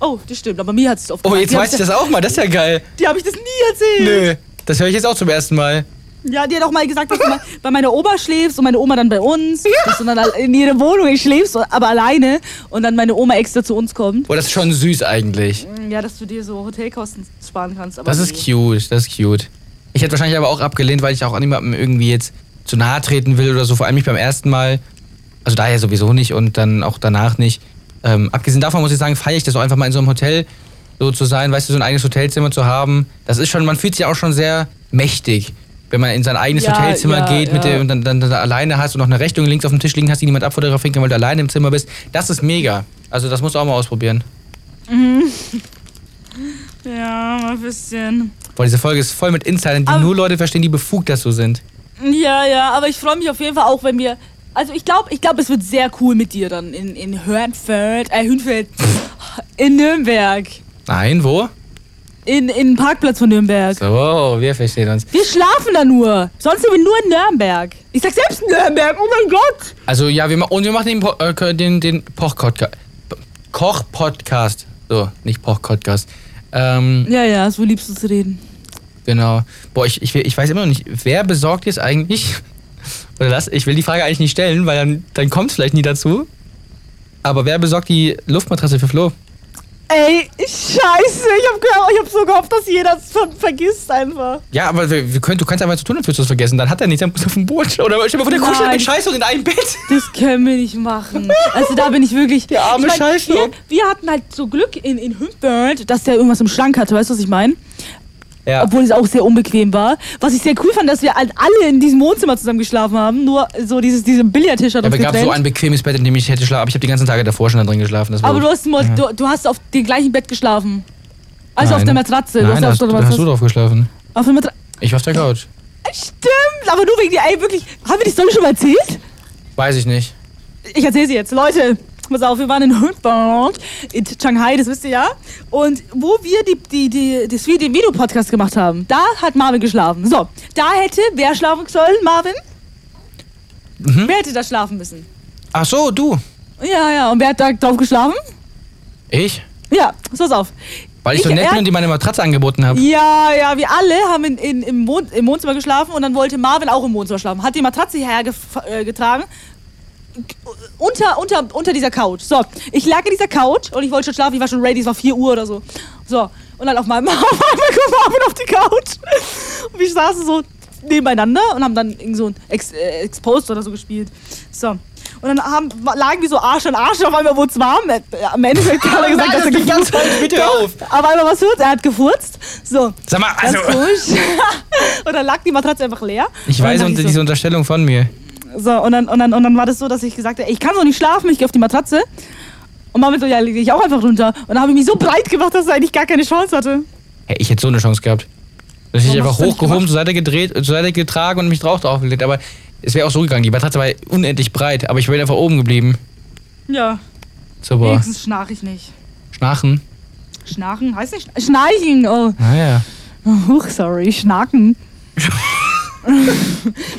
B: Oh, das stimmt, aber mir hat es oft
A: Oh,
B: gesagt.
A: jetzt
B: Die hab
A: weiß ich das auch mal, das ist ja geil.
B: Die habe ich das nie erzählt.
A: Nö, das höre ich jetzt auch zum ersten Mal.
B: Ja, die hat auch mal gesagt, dass du (laughs) mal bei meiner Oma schläfst und meine Oma dann bei uns. Dass du dann al- in ihre Wohnung schläfst, aber alleine. Und dann meine Oma extra zu uns kommt.
A: Boah, das ist schon süß eigentlich.
B: Mm, Ja, dass du dir so Hotelkosten sparen kannst. Aber
A: Das ist
B: nee.
A: cute, das ist cute. Ich hätte wahrscheinlich aber auch abgelehnt, weil ich auch an niemandem irgendwie jetzt zu nahe treten will oder so, vor allem nicht beim ersten Mal. Also daher sowieso nicht und dann auch danach nicht. Ähm, abgesehen davon muss ich sagen, feiere ich das auch einfach mal in so einem Hotel so zu sein, weißt du, so ein eigenes Hotelzimmer zu haben. Das ist schon, man fühlt sich auch schon sehr mächtig, wenn man in sein eigenes
B: Ja,
A: Hotelzimmer
B: ja,
A: geht mit
B: ja.
A: der, und dann, dann, dann alleine hast und noch eine Rechnung links auf dem Tisch liegen hast, die niemand abfotografieren kann, weil du alleine im Zimmer bist. Das ist mega. Also das musst du auch mal ausprobieren.
B: Ja, mal ein bisschen.
A: Boah, diese Folge ist voll mit Insidern, die
B: Aber-
A: nur Leute verstehen, die befugt dazu sind.
B: Ja, ja, aber ich freue mich auf jeden Fall auch, wenn wir. Also ich glaube, ich glaube, es wird sehr cool mit dir dann in, in Hörnfeld, äh, Hünfeld, in Nürnberg.
A: Nein, wo?
B: In, in den Parkplatz von Nürnberg.
A: So, wir verstehen uns.
B: Wir schlafen da nur. Sonst sind wir nur in Nürnberg. Ich sag selbst Nürnberg, oh mein Gott.
A: Also ja, wir machen und wir machen den Po- äh, den, den Poch Podcast. Koch Podcast. So, nicht Poch Podcast. Ähm,
B: Ja, ja, so liebst du zu reden.
A: genau. Boah, ich, ich, will- ich weiß immer noch nicht, wer besorgt jetzt eigentlich? (laughs) Oder das? Ich will die Frage eigentlich nicht stellen, weil dann, dann kommt es vielleicht nie dazu. Aber wer besorgt die Luftmatratze für Flo?
B: Ey, scheiße, ich hab, gehört, ich hab so gehofft, dass jeder es ver vergisst einfach.
A: Ja, aber wir, wir können, du kannst einfach zu tun, als würdest du es vergessen. Dann hat er nichts, dann muss er auf dem Boot. Oder stell dir mal vor, der kuschelt
B: Nein.
A: mit Scheiße und in einem Bett.
B: Das können wir nicht machen. Also da bin ich wirklich...
A: Der arme
B: ich mein,
A: Scheiße.
B: Wir, wir hatten halt so Glück in, in Hümpelt, dass der irgendwas im Schrank hatte, weißt du, was ich meine?
A: Ja.
B: Obwohl es auch sehr unbequem war. Was ich sehr cool fand, dass wir halt alle in diesem Wohnzimmer zusammen geschlafen haben. Nur so dieses, diesen Billardtisch hat
A: Aber
B: uns
A: gab so
B: getrennt.
A: ein bequemes Bett, in dem ich hätte schlafen. Aber ich habe die ganzen Tage davor schon da drin geschlafen. Das war
B: Aber du hast, mal, du, du hast auf dem gleichen Bett geschlafen. Also auf
A: Nein.
B: der Matratze.
A: Nein,
B: du
A: da
B: hast
A: hast,
B: auf der
A: da hast du
B: Matratze.
A: drauf geschlafen.
B: Auf der Matratze.
A: Ich war auf der Couch.
B: Stimmt, aber nur wegen der, ey, wirklich. Haben wir die Story schon mal erzählt?
A: Weiß ich nicht.
B: Ich erzähle sie jetzt. Leute, pass auf, wir waren in Hongkong, in Shanghai, das wisst ihr ja. Und wo wir die, die, die, das, Vi- den Videopodcast gemacht haben, da hat Marvin geschlafen. So, da hätte wer schlafen sollen, Marvin?
A: Mhm.
B: Wer hätte da schlafen müssen?
A: Ach so, du.
B: Ja, ja, und wer hat da drauf geschlafen?
A: Ich?
B: Ja, so pass auf.
A: Weil ich, so
B: Ich-
A: nett
B: er-
A: bin und dir meine Matratze angeboten habe.
B: Ja, ja, wir alle haben in, in, im, Wohn im Wohnzimmer geschlafen und dann wollte Marvin auch im Wohnzimmer schlafen. Hat die Matratze hergetragen. Unter, unter, unter dieser Couch. So, ich lag in dieser Couch und ich wollte schon schlafen. Ich war schon ready, es war 4 Uhr oder so. So, und dann auf meinem (laughs) auf einmal kommt Marvin auf die Couch. Und wir saßen so nebeneinander und haben dann irgend so ein Ex äh, Exposed oder so gespielt. So. Und dann haben, lagen wir so Arsch an Arsch, auf einmal wurde es warm. Äh, Am Ende hat keiner gesagt, dass er
A: das
B: gefurzt (laughs)
A: falsch, bitte auf.
B: aber einmal was hört, er hat gefurzt. So.
A: Sag mal,
B: Ganz
A: also.
B: komisch. (laughs) und dann lag die Matratze einfach leer.
A: Ich
B: Und
A: weiß unter
B: dann dachte ich
A: diese Unterstellung von mir.
B: so, so und, dann, und, dann, und dann war das so, dass ich gesagt habe, ey, ich kann so nicht schlafen, ich gehe auf die Matratze. Und Mama so, ja, leg dich auch einfach runter. Und dann habe ich mich so breit gemacht, dass er eigentlich gar keine Chance hatte.
A: Hey, ich hätte so eine Chance gehabt. Dass ich
B: Warum
A: einfach
B: hast du nicht
A: hochgehoben,
B: gemacht?
A: zur Seite gedreht, zur Seite getragen und mich drauf draufgelegt. Aber es wäre auch so gegangen. Die Matratze war unendlich breit, aber ich wäre einfach oben geblieben.
B: Ja,
A: Super.
B: wenigstens schnarch ich nicht.
A: Schnarchen. Ah,
B: Schnarchen heißt nicht? Schnarchen, oh.
A: Naja.
B: (laughs) Huch,
A: (laughs)
B: sorry, Schnaken.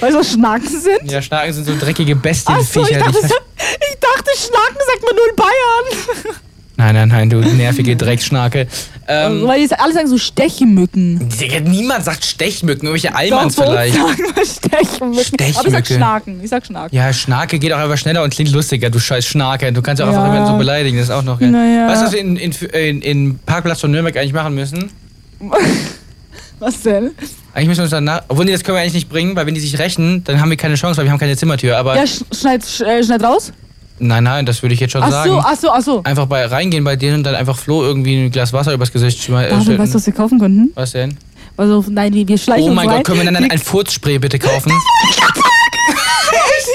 B: weißt du, was Schnaken sind?
A: Ja, Schnaken sind so dreckige
B: Ach so, ich
A: Bestienviecher.
B: dachte,
A: die-
B: ich, (laughs) ich dachte, Schnaken sagt man nur in Bayern.
A: nein, nein, nein, du nervige Drecksschnake. Ähm,
B: Weil jetzt alle sagen so Stechmücken.
A: Digga, niemand sagt Stechmücken, irgendwelche
B: Doch,
A: Allmanns
B: bei uns
A: vielleicht.
B: sagen wir Stechmücken. Aber ich sag
A: Stechmücke.
B: Schnaken. Ich sag Schnaken. (laughs)
A: Ja, Schnake geht auch einfach schneller und klingt lustiger, du scheiß Schnake. Du kannst ja auch
B: Ja.
A: einfach jemanden so beleidigen, das ist auch noch geil.
B: Naja.
A: Weißt du, was wir in, in, in, in Parkplatz von Nürnberg eigentlich machen müssen?
B: Was denn?
A: Eigentlich müssen wir uns danach. Obwohl, nee, das können wir eigentlich nicht bringen, weil wenn die sich rächen, dann haben wir keine Chance, weil wir haben keine Zimmertür. Aber
B: Ja, sch- schneid, sch äh, schneid raus.
A: nein, nein, das würde ich jetzt schon
B: Ach
A: sagen.
B: so, ah. ach so, ach so.
A: Einfach bei reingehen bei denen und dann einfach Flo irgendwie ein Glas Wasser übers Gesicht schmeißen.
B: David, weißt du, was wir kaufen könnten?
A: was denn?
B: Also, nein, wir, wir schleichen
A: Oh
B: uns
A: mein
B: rein.
A: Gott, können wir
B: (laughs)
A: dann
B: Wir-
A: ein Furzspray bitte kaufen?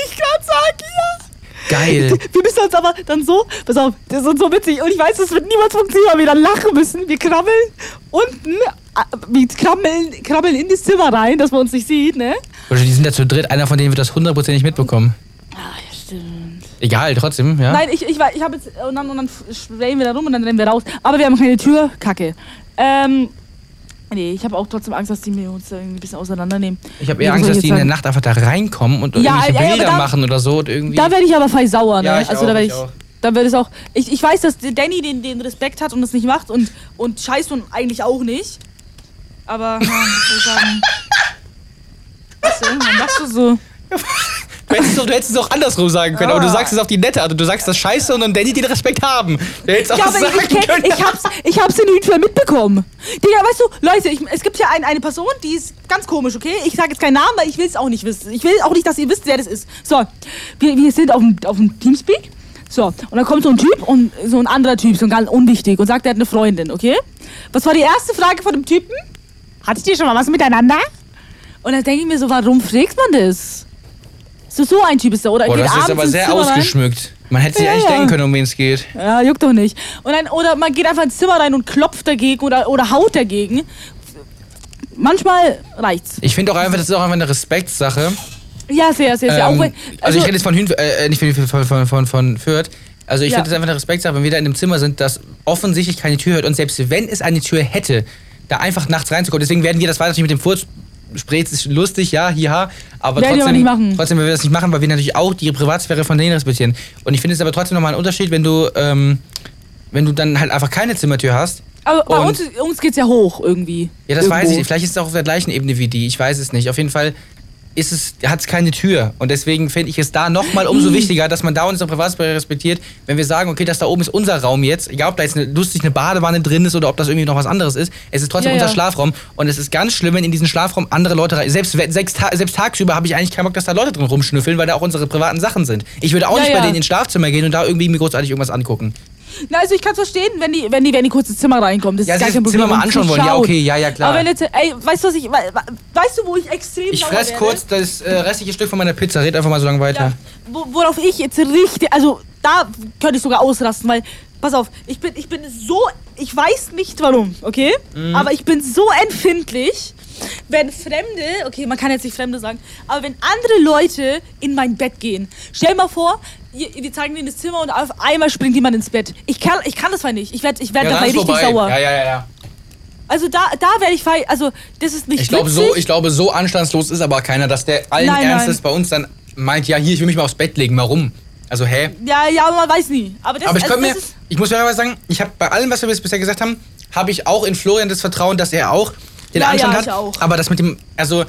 B: Ich kann sagen, ja. (laughs)
A: Geil.
B: Wir müssen uns aber dann so, pass auf, das ist uns so witzig. Und ich weiß, das wird niemals funktionieren, weil wir dann lachen müssen. Wir krabbeln unten, äh, wir krabbeln, krabbeln in das Zimmer rein, dass man uns nicht sieht, ne?
A: Oder die sind ja zu dritt, einer von denen wird das hundertprozentig mitbekommen.
B: Ah, ja, stimmt.
A: Egal, trotzdem, ja?
B: Nein, ich, ich, war- ich habe jetzt. Und dann, und dann sprayen wir da rum und dann rennen wir raus. Aber wir haben keine Tür. Kacke. Ähm. Nee, ich habe auch trotzdem Angst, dass die mir uns da irgendwie ein bisschen auseinandernehmen.
A: Ich habe
B: Wie
A: eher
B: soll
A: Angst, dass
B: jetzt
A: die in der
B: sagen?
A: Nacht einfach da reinkommen und
B: Ja,
A: irgendwelche
B: ja, ja, aber
A: Bilder
B: da-
A: machen oder so und irgendwie.
B: Da werde ich aber frei sauer, ne?
A: Ja, ich
B: also
A: auch,
B: da werde
A: ich
B: ich.
A: auch.
B: Da wird es auch. Ich, ich weiß, dass der Danny den, den Respekt hat und das nicht macht und, und scheißt und eigentlich auch nicht. Aber ja, ich
A: (laughs)
B: würde sagen. Weißt du, man machst du so.
A: du, hättest, es- du hättest es auch andersrum sagen können, aber du
B: Ah.
A: sagst es auf die nette Art und du sagst das scheiße und dann Danny den Respekt haben. Du hättest auch
B: Ja, aber
A: sagen
B: ich, ich,
A: können.
B: kenn, ich, hab's, ich hab's in Hütfeld mitbekommen. Digga, weißt du, Leute, ich, es gibt hier ein, eine Person, die ist ganz komisch, okay? Ich sage jetzt keinen Namen, weil ich will's auch nicht wissen. Ich will auch nicht, dass ihr wisst, wer das ist. So, wir, wir sind auf dem, auf dem Teamspeak. So, und dann kommt so ein Typ und so ein anderer Typ, so ein ganz unwichtig, und sagt, er hat eine Freundin, okay? Was war die erste Frage von dem Typen? Hattet ihr schon mal was miteinander? Und dann denke ich mir so, warum fragt man das? So, so ein Typ ist der, oder?
A: Boah,
B: geht
A: das ist
B: abends
A: aber
B: ins
A: sehr
B: Zimmer rein.
A: ausgeschmückt. Man hätte sich
B: Ja,
A: eigentlich
B: ja.
A: denken können, um wen es geht.
B: Ja, juckt doch nicht. Und dann, oder man geht einfach ins Zimmer rein und klopft dagegen oder, oder haut dagegen. Manchmal reicht's.
A: Ich finde auch einfach, das ist auch einfach eine Respektssache.
B: Ja, sehr, sehr, sehr.
A: Ähm,
B: auch wenn,
A: also, ich rede jetzt von, Hünf, äh, nicht von, Hünf- von, von, von, von Fürth. Also ich
B: Ja.
A: finde das einfach eine Respektsache, wenn wir da in dem Zimmer sind, dass offensichtlich keine Tür hört. Und selbst wenn es eine Tür hätte, da einfach nachts reinzukommen. Deswegen werden wir das weiter nicht mit dem Furz sprechen. Es ist lustig, ja, hiha. Aber
B: Werden wir aber
A: trotzdem,
B: nicht machen.
A: trotzdem werden wir das nicht machen, weil wir natürlich auch die Privatsphäre von denen respektieren. Und ich finde es aber trotzdem nochmal ein Unterschied, wenn du, ähm, wenn du dann halt einfach keine Zimmertür hast.
B: aber bei
A: und-
B: uns, uns geht's ja hoch irgendwie.
A: Ja, das
B: Irgendwo.
A: weiß ich. nicht. Vielleicht ist es auch auf der gleichen Ebene wie die. Ich weiß es nicht. Auf jeden Fall ist es, hat es keine Tür. Und deswegen finde ich es da nochmal
B: (clears throat)
A: umso wichtiger, dass man da unsere Privatsphäre respektiert, wenn wir sagen, okay, das da oben ist unser Raum jetzt. Egal, ob da jetzt eine, lustig eine Badewanne drin ist oder ob das irgendwie noch was anderes ist. Es ist trotzdem
B: Ja, ja.
A: unser Schlafraum. Und es ist ganz schlimm, wenn in diesen Schlafraum andere Leute rein. Selbst, we- sechs Ta selbst tagsüber habe ich eigentlich keinen Bock, dass da Leute drin rumschnüffeln, weil da auch unsere privaten Sachen sind. Ich würde auch
B: Ja,
A: nicht bei
B: ja.
A: denen ins Schlafzimmer gehen und da irgendwie mir großartig irgendwas angucken.
B: Na, also ich kann's verstehen, wenn die, wenn die, wenn die kurz ins Zimmer reinkommen. Das
A: Ja,
B: ist
A: sie
B: gar
A: das
B: kein Problem.
A: Zimmer mal
B: und
A: anschauen wollen. Ja,
B: schauen.
A: okay, ja, ja, klar.
B: Aber wenn jetzt, ey, weißt du, was ich, we- we- weißt du, wo ich extrem
A: Ich
B: sauer
A: fress
B: werde?
A: kurz das äh, restliche Stück von meiner Pizza. Red einfach mal so ne? lange weiter.
B: Ja, wo, worauf ich jetzt richtig, also da könnte ich sogar ausrasten, weil, pass auf, ich
A: Mhm.
B: bin, ich bin so, ich weiß nicht warum, okay? Aber ich bin so empfindlich wenn Fremde, okay, man kann jetzt nicht Fremde sagen, aber wenn andere Leute in mein Bett gehen. Stell mal vor, ihr- wir zeigen denen das Zimmer und auf einmal springt jemand ins Bett. Ich kann, ich kann das halt nicht. Ich werde ich werd
A: Ja, dann
B: dabei
A: ist
B: richtig
A: vorbei.
B: sauer.
A: Ja, ja, ja, ja.
B: Also da, da werde ich fei- Also das ist nicht
A: Ich glaube,
B: witzig.
A: so, ich glaube, so anstandslos ist aber keiner, dass der allen
B: Nein, nein.
A: Ernstes bei uns dann meint, ja, hier, ich will mich mal aufs Bett legen, warum? Also, hä?
B: ja, ja, aber man weiß nie. Aber, das,
A: Aber ich
B: also
A: könnte mir,
B: das ist,
A: ich muss ehrlich sagen, ich habe bei allem, was wir bis- bisher gesagt haben, habe ich auch in Florian das Vertrauen, dass er auch den
B: Ja,
A: Anstand
B: ja,
A: hat.
B: ich auch.
A: Aber das mit dem, also,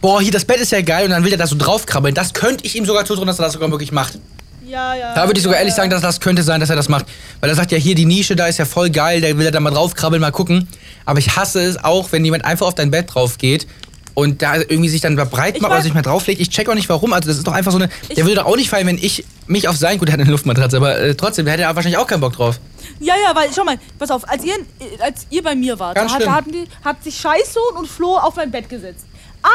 A: boah, hier, das Bett ist ja geil und dann will er da so draufkrabbeln. Das könnte ich ihm sogar zutrauen, dass er das sogar wirklich macht.
B: ja, ja.
A: Da würde ich sogar ehrlich
B: Ja.
A: sagen, dass das könnte sein, dass er das macht. Weil er sagt ja, hier die Nische, da ist ja voll geil, da will er da mal draufkrabbeln, mal gucken. Aber ich hasse es auch, wenn jemand einfach auf dein Bett drauf geht und da irgendwie sich dann breit
B: Ich
A: macht oder
B: mein-
A: sich mal drauflegt. Ich check auch nicht warum. Also das ist doch einfach so eine.
B: Ich-
A: Der würde doch auch nicht fallen, wenn ich mich auf sein, gut, er hat eine Luftmatratze, aber äh, trotzdem, der hätte er wahrscheinlich auch keinen Bock drauf.
B: Ja, ja, weil, schau mal, pass auf, als ihr, als ihr bei mir wart, da
A: Ganz
B: hat, da
A: schlimm.
B: hatten die, hat sich Scheißsohn und Flo auf mein Bett gesetzt.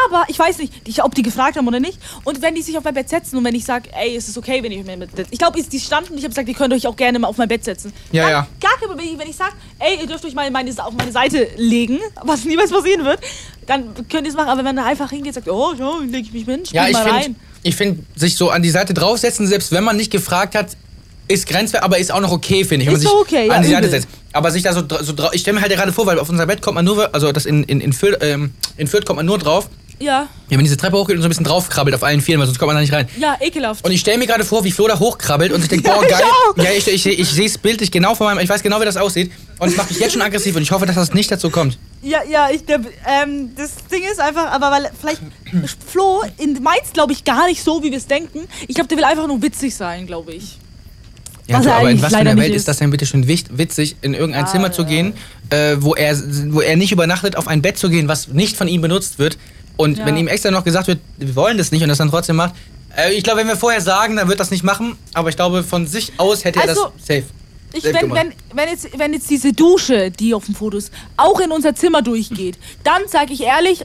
B: Aber ich weiß nicht, die- ob die gefragt haben oder nicht. Und wenn die sich auf mein Bett setzen und wenn ich sage, ey, ist es okay, wenn ich auf mein Bett setze? Ich glaube, die standen, ich habe gesagt, ihr könnt euch auch gerne mal auf mein Bett setzen.
A: Ja,
B: Dann,
A: ja.
B: Gar kein Problem, wenn ich sage, ey, ihr dürft euch mal meine, auf meine Seite legen, was niemals passieren wird, dann könnt ihr es machen. Aber wenn da einfach hingeht und sagt, oh, ja, leg ich mich hin, spring
A: Ja, ich
B: mal
A: finde,
B: rein.
A: ich find, sich so an die Seite draufsetzen, selbst wenn man nicht gefragt hat, ist grenzwert, aber ist auch noch okay, finde ich. Wenn
B: Ist
A: man sich
B: doch okay, ja,
A: an die Seite
B: übel.
A: setzt. Aber sich da so, dra- so drauf. Ich stelle mir halt gerade vor, weil auf unser Bett kommt man nur, also das in, in, in, Fürth, ähm, in Fürth kommt man nur drauf,
B: Ja,
A: wenn man diese Treppe hochgeht und so ein bisschen draufkrabbelt auf allen Vieren, weil sonst kommt man da nicht rein.
B: ja, ekelhaft.
A: Und ich stelle mir gerade vor, wie Flo da hochkrabbelt und ich denke, boah,
B: (laughs) Ja, ich
A: geil.
B: auch.
A: Ja, ich, ich, ich, sehe es bildlich genau vor meinem, ich weiß genau, wie das aussieht. Und es macht mich jetzt schon aggressiv und ich hoffe, dass das nicht dazu kommt.
B: Ja, ja, ich, der, ähm, das Ding ist einfach, aber weil
A: (clears throat)
B: vielleicht Flo in Mainz, glaube ich, gar nicht so, wie wir es denken. Ich glaube, der will einfach nur witzig sein, glaube ich.
A: Ja,
B: Was
A: du,
B: er
A: aber in
B: eigentlich
A: was für
B: leider
A: einer
B: nicht
A: Welt
B: ist.
A: ist das denn bitte schon wicht- witzig, in irgendein
B: Ah,
A: Zimmer zu
B: ja.
A: gehen, äh, wo, er, wo er nicht übernachtet, auf ein Bett zu gehen, was nicht von ihm benutzt wird. Und
B: Ja.
A: wenn ihm extra noch gesagt wird, wir wollen das nicht und das dann trotzdem macht. Äh, ich glaube, wenn wir vorher sagen, dann wird das nicht machen. Aber ich glaube, von sich aus hätte
B: Also,
A: er das safe.
B: Ich,
A: Safe
B: wenn,
A: gemacht.
B: wenn, wenn, jetzt, wenn jetzt diese Dusche, die auf dem Foto ist, auch in unser Zimmer durchgeht, dann sage ich ehrlich,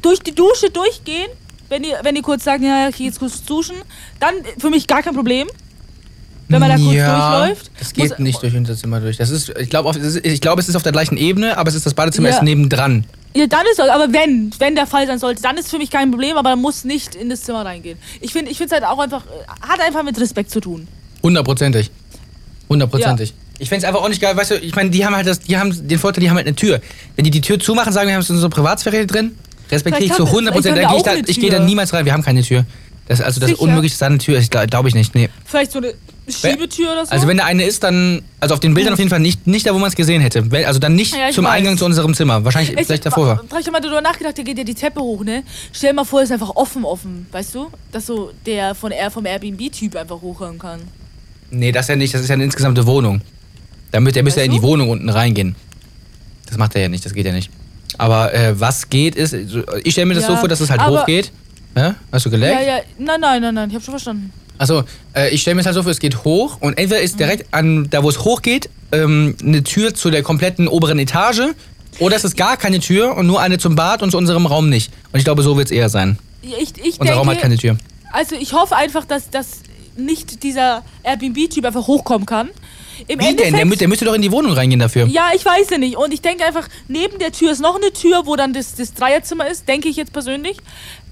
B: durch die Dusche durchgehen, wenn die, wenn die kurz sagen, ja, ja, ich gehe jetzt kurz duschen, dann für mich gar kein Problem. Wenn man da kurz durchläuft.
A: Das
B: muss-
A: geht nicht durch unser Zimmer durch. Das ist, ich glaube, auf- es ist- ich glaube, es ist auf der gleichen Ebene, aber es ist das Badezimmer
B: Ja.
A: ist nebendran.
B: Ja, dann ist aber wenn, wenn der Fall sein sollte, dann ist für mich kein Problem, aber man muss nicht in das Zimmer reingehen. Ich finde ich finde es halt auch einfach äh, hat einfach mit Respekt zu tun.
A: Hundertprozentig. Hundertprozentig. Ich find's einfach auch nicht geil, weißt du, ich meine, die haben halt das, die haben den Vorteil, die haben halt eine Tür. Wenn die die Tür zumachen, sagen wir, wir haben so unsere Privatsphäre hier drin, respektiere ich
B: Vielleicht
A: zu
B: haben-
A: 100%,
B: vielleicht
A: da
B: haben wir
A: gehe ich,
B: auch
A: da,
B: eine
A: ich gehe da
B: Tür.
A: niemals rein, wir haben keine Tür. Das, also das
B: Sicher?
A: Unmögliche ist da eine Tür, glaube glaub ich nicht, nee.
B: Vielleicht so eine Schiebetür oder so.
A: Also wenn da eine ist, dann, also auf den Bildern auf jeden Fall nicht, nicht da, wo man es gesehen hätte. Wenn- Also dann nicht
B: Hm. Ja, ich
A: zum
B: weiß.
A: Eingang zu unserem Zimmer, wahrscheinlich
B: Ich-
A: vielleicht davor war.
B: Da hab ich mal drüber nachgedacht, der geht ja die Treppe hoch, ne? Stell dir mal vor, ist einfach offen offen, weißt du? Dass so der von Air vom Airbnb Typ einfach hochhören kann.
A: Nee, das ja nicht, das ist ja eine insgesamte Wohnung. Da mü- der müsste ja in
B: Weißt
A: die
B: du?
A: Wohnung unten reingehen. Das macht er ja nicht, das geht ja nicht. Aber äh, was geht ist, so- ich stelle mir das so
B: Ja,
A: vor, dass es halt
B: aber-
A: hochgeht. Ja? Hast du geleckt?
B: Ja, ja, nein, nein, nein, nein, ich hab schon verstanden.
A: Achso, äh, ich stelle mir das halt so vor, es geht hoch und entweder
B: Mhm.
A: ist direkt an, da wo es hochgeht, ähm, eine Tür zu der kompletten oberen Etage oder es ist gar keine Tür und nur eine zum Bad und zu unserem Raum nicht. Und ich glaube, so wird es eher sein.
B: Ja, Ich, ich
A: Unser
B: denke,
A: Raum hat keine Tür.
B: also ich hoffe einfach, dass dass nicht dieser Airbnb Typ einfach hochkommen kann. Im
A: Wie denn? Der, mü- der müsste doch in die Wohnung reingehen dafür.
B: Ja, ich weiß ja nicht. Und ich denke einfach, neben der Tür ist noch eine Tür, wo dann das, das Dreierzimmer ist, denke ich jetzt persönlich.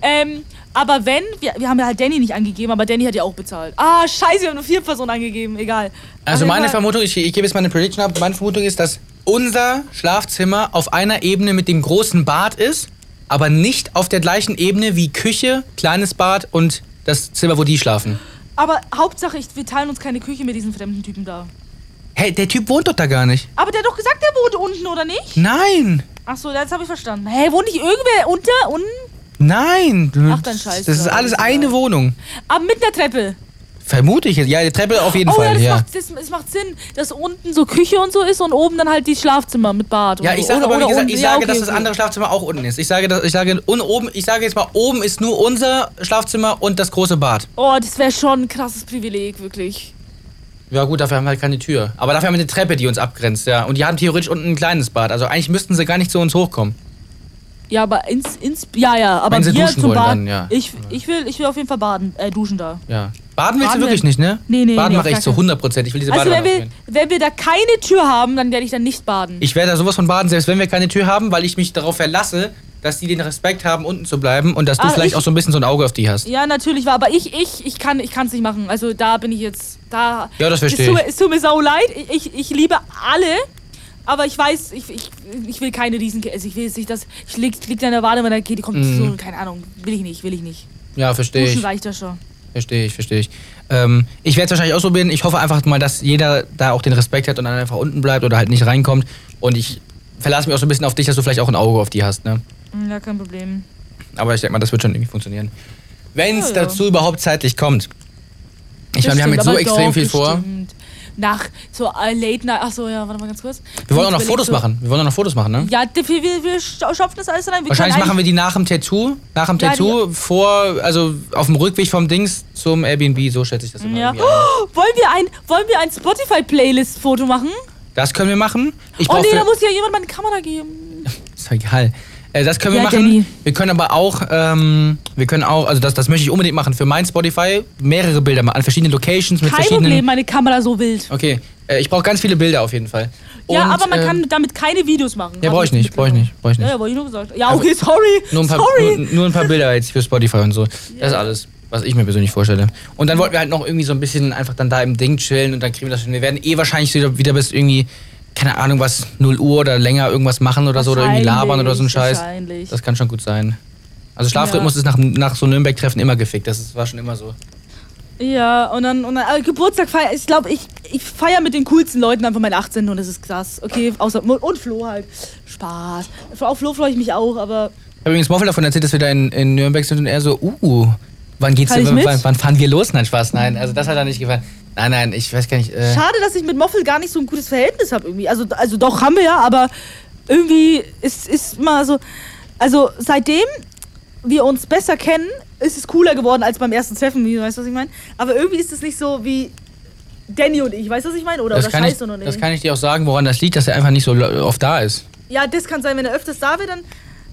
B: Ähm, aber wenn, wir, wir haben ja halt Danny nicht angegeben, aber Danny hat ja auch bezahlt. Ah, scheiße, wir haben nur vier Personen angegeben, egal.
A: Also
B: Auf jeden
A: meine
B: Fall-
A: Vermutung, ich, ich gebe jetzt meine Prediction ab, meine Vermutung ist, dass unser Schlafzimmer auf einer Ebene mit dem großen Bad ist, aber nicht auf der gleichen Ebene wie Küche, kleines Bad und das Zimmer, wo die schlafen.
B: Aber Hauptsache, ich, wir teilen uns keine Küche mit diesen fremden Typen da.
A: Hey, der Typ wohnt doch da gar nicht.
B: Aber der hat doch gesagt, der wohnt unten, oder nicht?
A: Nein,
B: Achso, jetzt habe ich verstanden. Hä, hey, wohnt nicht irgendwer unter, unten?
A: nein.
B: Ach, dann scheiße.
A: Das ist alles eine Wohnung.
B: Aber Ah, mit einer Treppe.
A: Vermute ich jetzt. Ja, die Treppe auf jeden
B: Oh ja,
A: Fall.
B: das,
A: Ja,
B: Macht, das, das macht Sinn, dass unten so Küche und so ist und oben dann halt die Schlafzimmer mit Bad. und
A: ja
B: so.
A: ich sage
B: Oder-
A: aber, wie
B: oder
A: gesagt,
B: unten.
A: ich
B: Ja,
A: sage,
B: okay,
A: dass das
B: okay.
A: andere Schlafzimmer auch unten ist. Ich sage, dass, ich sage, und oben, ich sage jetzt mal, oben ist nur unser Schlafzimmer und das große Bad.
B: Oh, das wäre schon ein krasses Privileg, wirklich.
A: Ja gut, dafür haben wir halt keine Tür. Aber dafür haben wir eine Treppe, die uns abgrenzt, ja. Und die haben theoretisch unten ein kleines Bad. Also eigentlich müssten sie gar nicht zu uns hochkommen.
B: Ja, aber ins, ins ja, ja, aber
A: Wenn sie
B: wir
A: duschen
B: zum
A: wollen,
B: Baden.
A: dann, ja.
B: Ich, ich will, ich will auf jeden Fall baden, äh, duschen da.
A: Ja. Baden willst
B: Baden
A: du wirklich
B: wir-
A: nicht, ne?
B: Nee, nee,
A: Baden
B: nee,
A: mache ich
B: gar
A: zu
B: kein-
A: 100%. Ich will diese
B: Also
A: Badewanne
B: wenn wir,
A: ausprobieren.
B: wenn wir da keine Tür haben, dann werde ich dann nicht baden.
A: Ich werde da sowas von baden, selbst wenn wir keine Tür haben, weil ich mich darauf verlasse, dass die den Respekt haben, unten zu bleiben und dass du
B: Ah,
A: vielleicht
B: ich-
A: auch so ein bisschen so ein Auge auf die hast.
B: Ja, natürlich war, aber ich, ich, ich kann, ich kann's nicht machen. Also da bin ich jetzt, da.
A: Ja, das versteh
B: es tut,
A: ich.
B: mir- Es tut mir sau leid. Ich, ich, ich liebe alle, aber ich weiß, ich, ich, ich will keine Riesen, also ich will jetzt nicht, dass ich liegt liegt an der Badewanne, geht, die kommt so, keine Ahnung, will ich nicht, will ich nicht.
A: Ja, verstehe
B: Duschen
A: Mhm. ich.
B: reicht ja schon.
A: Verstehe ich, verstehe ich. Ähm, ich werde es wahrscheinlich ausprobieren. Ich hoffe einfach mal, dass jeder da auch den Respekt hat und dann einfach unten bleibt oder halt nicht reinkommt. Und ich verlasse mich auch so ein bisschen auf dich, dass du vielleicht auch ein Auge auf die hast, ne?
B: Hm, Ja, kein Problem.
A: Aber ich denke mal, das wird schon irgendwie funktionieren. Wenn es
B: Ja, ja.
A: dazu überhaupt zeitlich kommt. Ich meine, wir haben
B: Bestimmt,
A: jetzt so
B: aber
A: extrem
B: doch,
A: viel vor.
B: bestimmt. Nach so äh, Late Night, achso, ja, warte mal ganz kurz.
A: Wir wollen auch noch
B: Überleg
A: Fotos
B: so-
A: machen. Wir wollen auch noch Fotos machen, ne?
B: Ja, wir, wir, wir schopfen das alles rein. Wir
A: Wahrscheinlich
B: können
A: machen wir die nach dem Tattoo. Nach dem
B: Ja,
A: Tattoo vor, also auf dem Rückweg vom Dings zum Airbnb, so schätze ich das immer.
B: Ja.
A: irgendwie ein.
B: Oh, (gasps) wollen wir ein, wollen wir ein Spotify-Playlist-Foto machen?
A: Das können wir machen. Ich
B: Oh
A: brauche
B: nee,
A: für-
B: da muss ja jemand meine Kamera geben.
A: Ist doch egal. Äh, das können wir
B: Ja,
A: machen.
B: Danny.
A: Wir können aber auch, ähm, wir können auch, also das, das möchte ich unbedingt machen für mein Spotify, mehrere Bilder mal an verschiedenen Locations mit
B: Kein
A: verschiedenen.
B: Problem, meine Kamera so wild.
A: Okay, äh, ich brauche ganz viele Bilder auf jeden Fall.
B: ja,
A: Und,
B: aber man
A: äh,
B: kann damit keine Videos machen.
A: Ja,
B: Hab
A: brauch ich nicht, brauch ich nicht, brauch ich
B: Ja,
A: nicht. Also
B: ja, wollte ich nur gesagt. Ja, okay, sorry.
A: Nur ein, paar,
B: sorry.
A: Nur, nur ein paar Bilder jetzt für Spotify und so. Das ist alles, was ich mir persönlich vorstelle. Und dann wollten wir halt noch irgendwie so ein bisschen einfach dann da im Ding chillen und dann kriegen wir das hin. Wir werden eh wahrscheinlich wieder, wieder bis irgendwie, keine Ahnung, was 0 Uhr oder länger irgendwas machen oder so oder irgendwie labern oder so ein Scheiß.
B: Wahrscheinlich.
A: Das kann schon gut sein. Also Schlafrhythmus
B: Ja.
A: ist nach, nach so Nürnberg-Treffen immer gefickt. Das ist, war schon immer so.
B: Ja, und dann, und dann aber Geburtstag feiern. Ich glaube, ich, ich feiere mit den coolsten Leuten einfach meinen 18. und das ist krass. Okay, außer. Und Flo halt. Spaß. Auf Flo freue ich mich auch, aber.
A: Ich habe übrigens Moffel davon erzählt, dass wir da in, in Nürnberg sind und er so, uh, wann geht's
B: Kann ich
A: denn,
B: mit?
A: wann, wann fahren wir los? Nein, Spaß, nein. Also das hat er nicht gefallen. Nein, nein, ich weiß gar nicht. Äh,
B: Schade, dass ich mit Moffel gar nicht so ein gutes Verhältnis habe irgendwie. Also, also doch haben wir ja, aber irgendwie ist, ist immer so. Also seitdem wir uns besser kennen, ist es cooler geworden als beim ersten Treffen, wie- weißt du, was ich meine? Aber irgendwie ist es nicht so wie Danny und ich, weißt du, was ich meine? Oder,
A: das,
B: oder
A: kann ich,
B: Scheiße und
A: das kann ich dir auch sagen, woran das liegt, dass er einfach nicht so lo- oft da ist.
B: Ja, das kann sein, wenn er öfters da wäre, dann,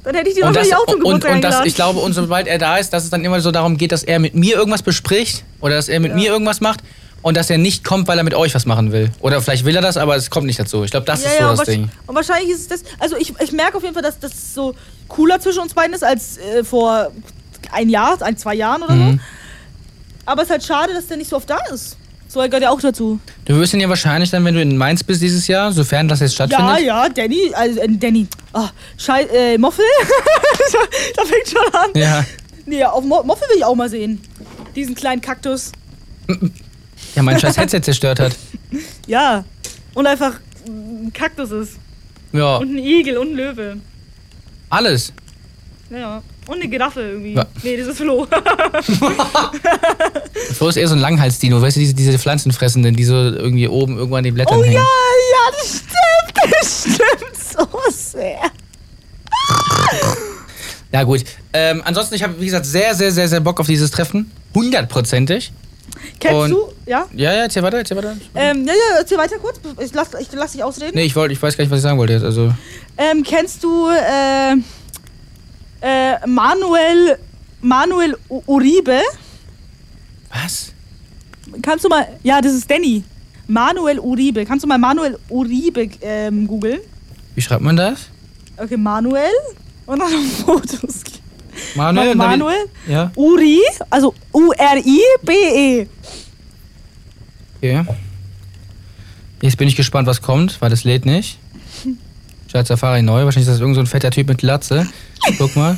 B: dann hätte ich die
A: und das,
B: wahrscheinlich auch zum
A: und, und,
B: Geburtstag
A: und das,
B: eingeladen.
A: ich glaube, und sobald er da ist, dass es dann immer so darum geht, dass er mit mir irgendwas bespricht oder dass er mit
B: Ja.
A: mir irgendwas macht und dass er nicht kommt, weil er mit euch was machen will. Oder vielleicht will er das, aber es kommt nicht dazu. Ich glaube, das ist so
B: und
A: das
B: wahrsch-
A: Ding.
B: Und wahrscheinlich ist es das. Also ich, ich merke auf jeden Fall, dass das so cooler zwischen uns beiden ist als äh, vor ein Jahr, ein, zwei Jahren oder
A: Mhm.
B: so. Aber es ist halt schade, dass der nicht so oft da ist. So er gehört ja auch dazu.
A: Du wirst ihn ja wahrscheinlich dann, wenn du in Mainz bist dieses Jahr, sofern das jetzt
B: Ja,
A: stattfindet.
B: ja, Danny, also äh, Danny. Ah, Schei äh, Moffel. (laughs) da fängt schon an.
A: Ja.
B: Nee, auf Mo Moffel will ich auch mal sehen. Diesen kleinen Kaktus.
A: Ja, mein scheiß Headset zerstört hat.
B: Ja. Und einfach mm, ein Kaktus ist.
A: Ja,
B: Und ein Igel und ein Löwe.
A: alles.
B: Ja. Und eine Giraffe irgendwie.
A: Ja.
B: Nee, das ist Flo.
A: So ist eher so ein Langhalsdino, weißt du, diese, diese Pflanzenfressenden, die so irgendwie oben irgendwo an den Blättern
B: (laughs) Oh
A: hängen.
B: ja, ja, das stimmt, (laughs) das stimmt so sehr.
A: Na gut. Ähm, ansonsten, ich habe, wie gesagt, sehr, sehr, sehr, sehr Bock auf dieses Treffen. Hundertprozentig.
B: Kennst
A: Und-
B: du? Ja?
A: Ja, ja, erzähl weiter, erzähl weiter.
B: Ähm, ja, ja, erzähl weiter kurz. Ich lass, ich lass dich ausreden.
A: Nee, ich, wollte, ich weiß gar nicht, was ich sagen wollte jetzt. Also,
B: Ähm, kennst du äh, äh, Manuel, Manuel U- Uribe?
A: was?
B: Kannst du mal. Ja, das ist Danny. Manuel Uribe. Kannst du mal Manuel Uribe ähm, googeln?
A: Wie schreibt man das?
B: Okay, Manuel. Und dann (laughs) noch Fotos.
A: Manuel?
B: Manuel
A: Ja,
B: Uri, also U-R-I-B-E.
A: okay. Jetzt bin ich gespannt, was kommt, weil das lädt nicht. Scheiß Safari neu. Wahrscheinlich ist das irgend so ein fetter Typ mit Latze. Guck mal.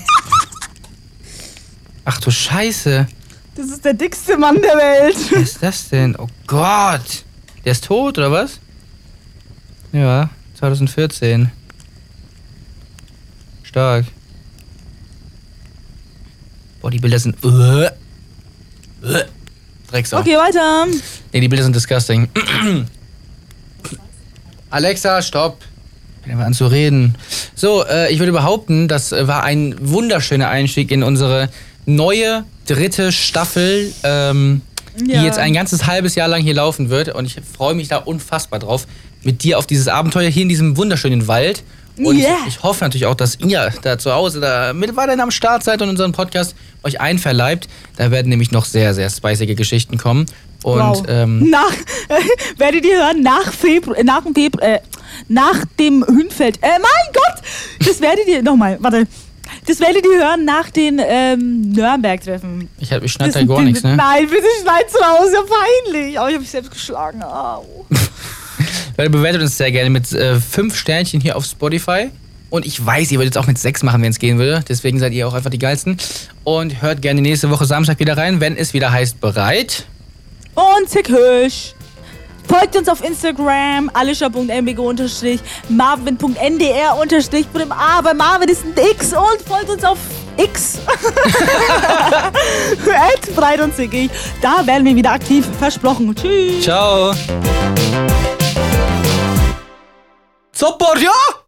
A: Ach du Scheiße.
B: Das ist der dickste Mann der Welt.
A: Was ist das denn? Oh Gott! Der ist tot, oder was? Ja, 2014. Stark. Boah, die Bilder sind. Uah. Uah. Drecksau.
B: Okay, weiter.
A: Nee, die Bilder sind disgusting. (clears throat) Alexa, stopp. Fängt einfach an zu reden. So, äh, ich würde behaupten, das äh, war ein wunderschöner Einstieg in unsere neue dritte Staffel, ähm,
B: Ja.
A: die jetzt ein ganzes halbes Jahr lang hier laufen wird. Und ich freue mich da unfassbar drauf, mit dir auf dieses Abenteuer hier in diesem wunderschönen Wald. Und
B: Yeah.
A: ich, ich hoffe natürlich auch, dass ihr da zu Hause da mit weiterhin am Start seid und unseren Podcast euch einverleibt. Da werden nämlich noch sehr, sehr spicige Geschichten kommen. Und
B: wow.
A: ähm,
B: nach, (laughs) werdet ihr hören, nach, Febru äh, nach, dem Febru äh, nach dem Hünfeld. Äh, mein Gott! Das werdet ihr, nochmal, warte. Das werdet ihr hören nach den ähm, Nürnberg-Treffen.
A: Ich, hab- ich
B: Das-
A: schneide da gar
B: das-
A: nichts, ne?
B: Nein, bitte schneid's raus, ja peinlich. Aber ich habe mich selbst geschlagen. Au.
A: Leute, bewertet uns sehr gerne mit äh, fünf Sternchen hier auf Spotify. Und ich weiß, ihr würdet es auch mit sechs machen, wenn es gehen würde. Deswegen seid ihr auch einfach die geilsten. Und hört gerne nächste Woche Samstag wieder rein, wenn es wieder heißt bereit.
B: Und Zick Hirsch. Folgt uns auf Instagram, alisha.mbg-marvin.ndr-a, bei Marvin ist ein X und folgt uns auf X. (laughs) At breit und zickig. Da werden wir wieder aktiv. Versprochen. Tschüss.
A: Ciao. Support, ja?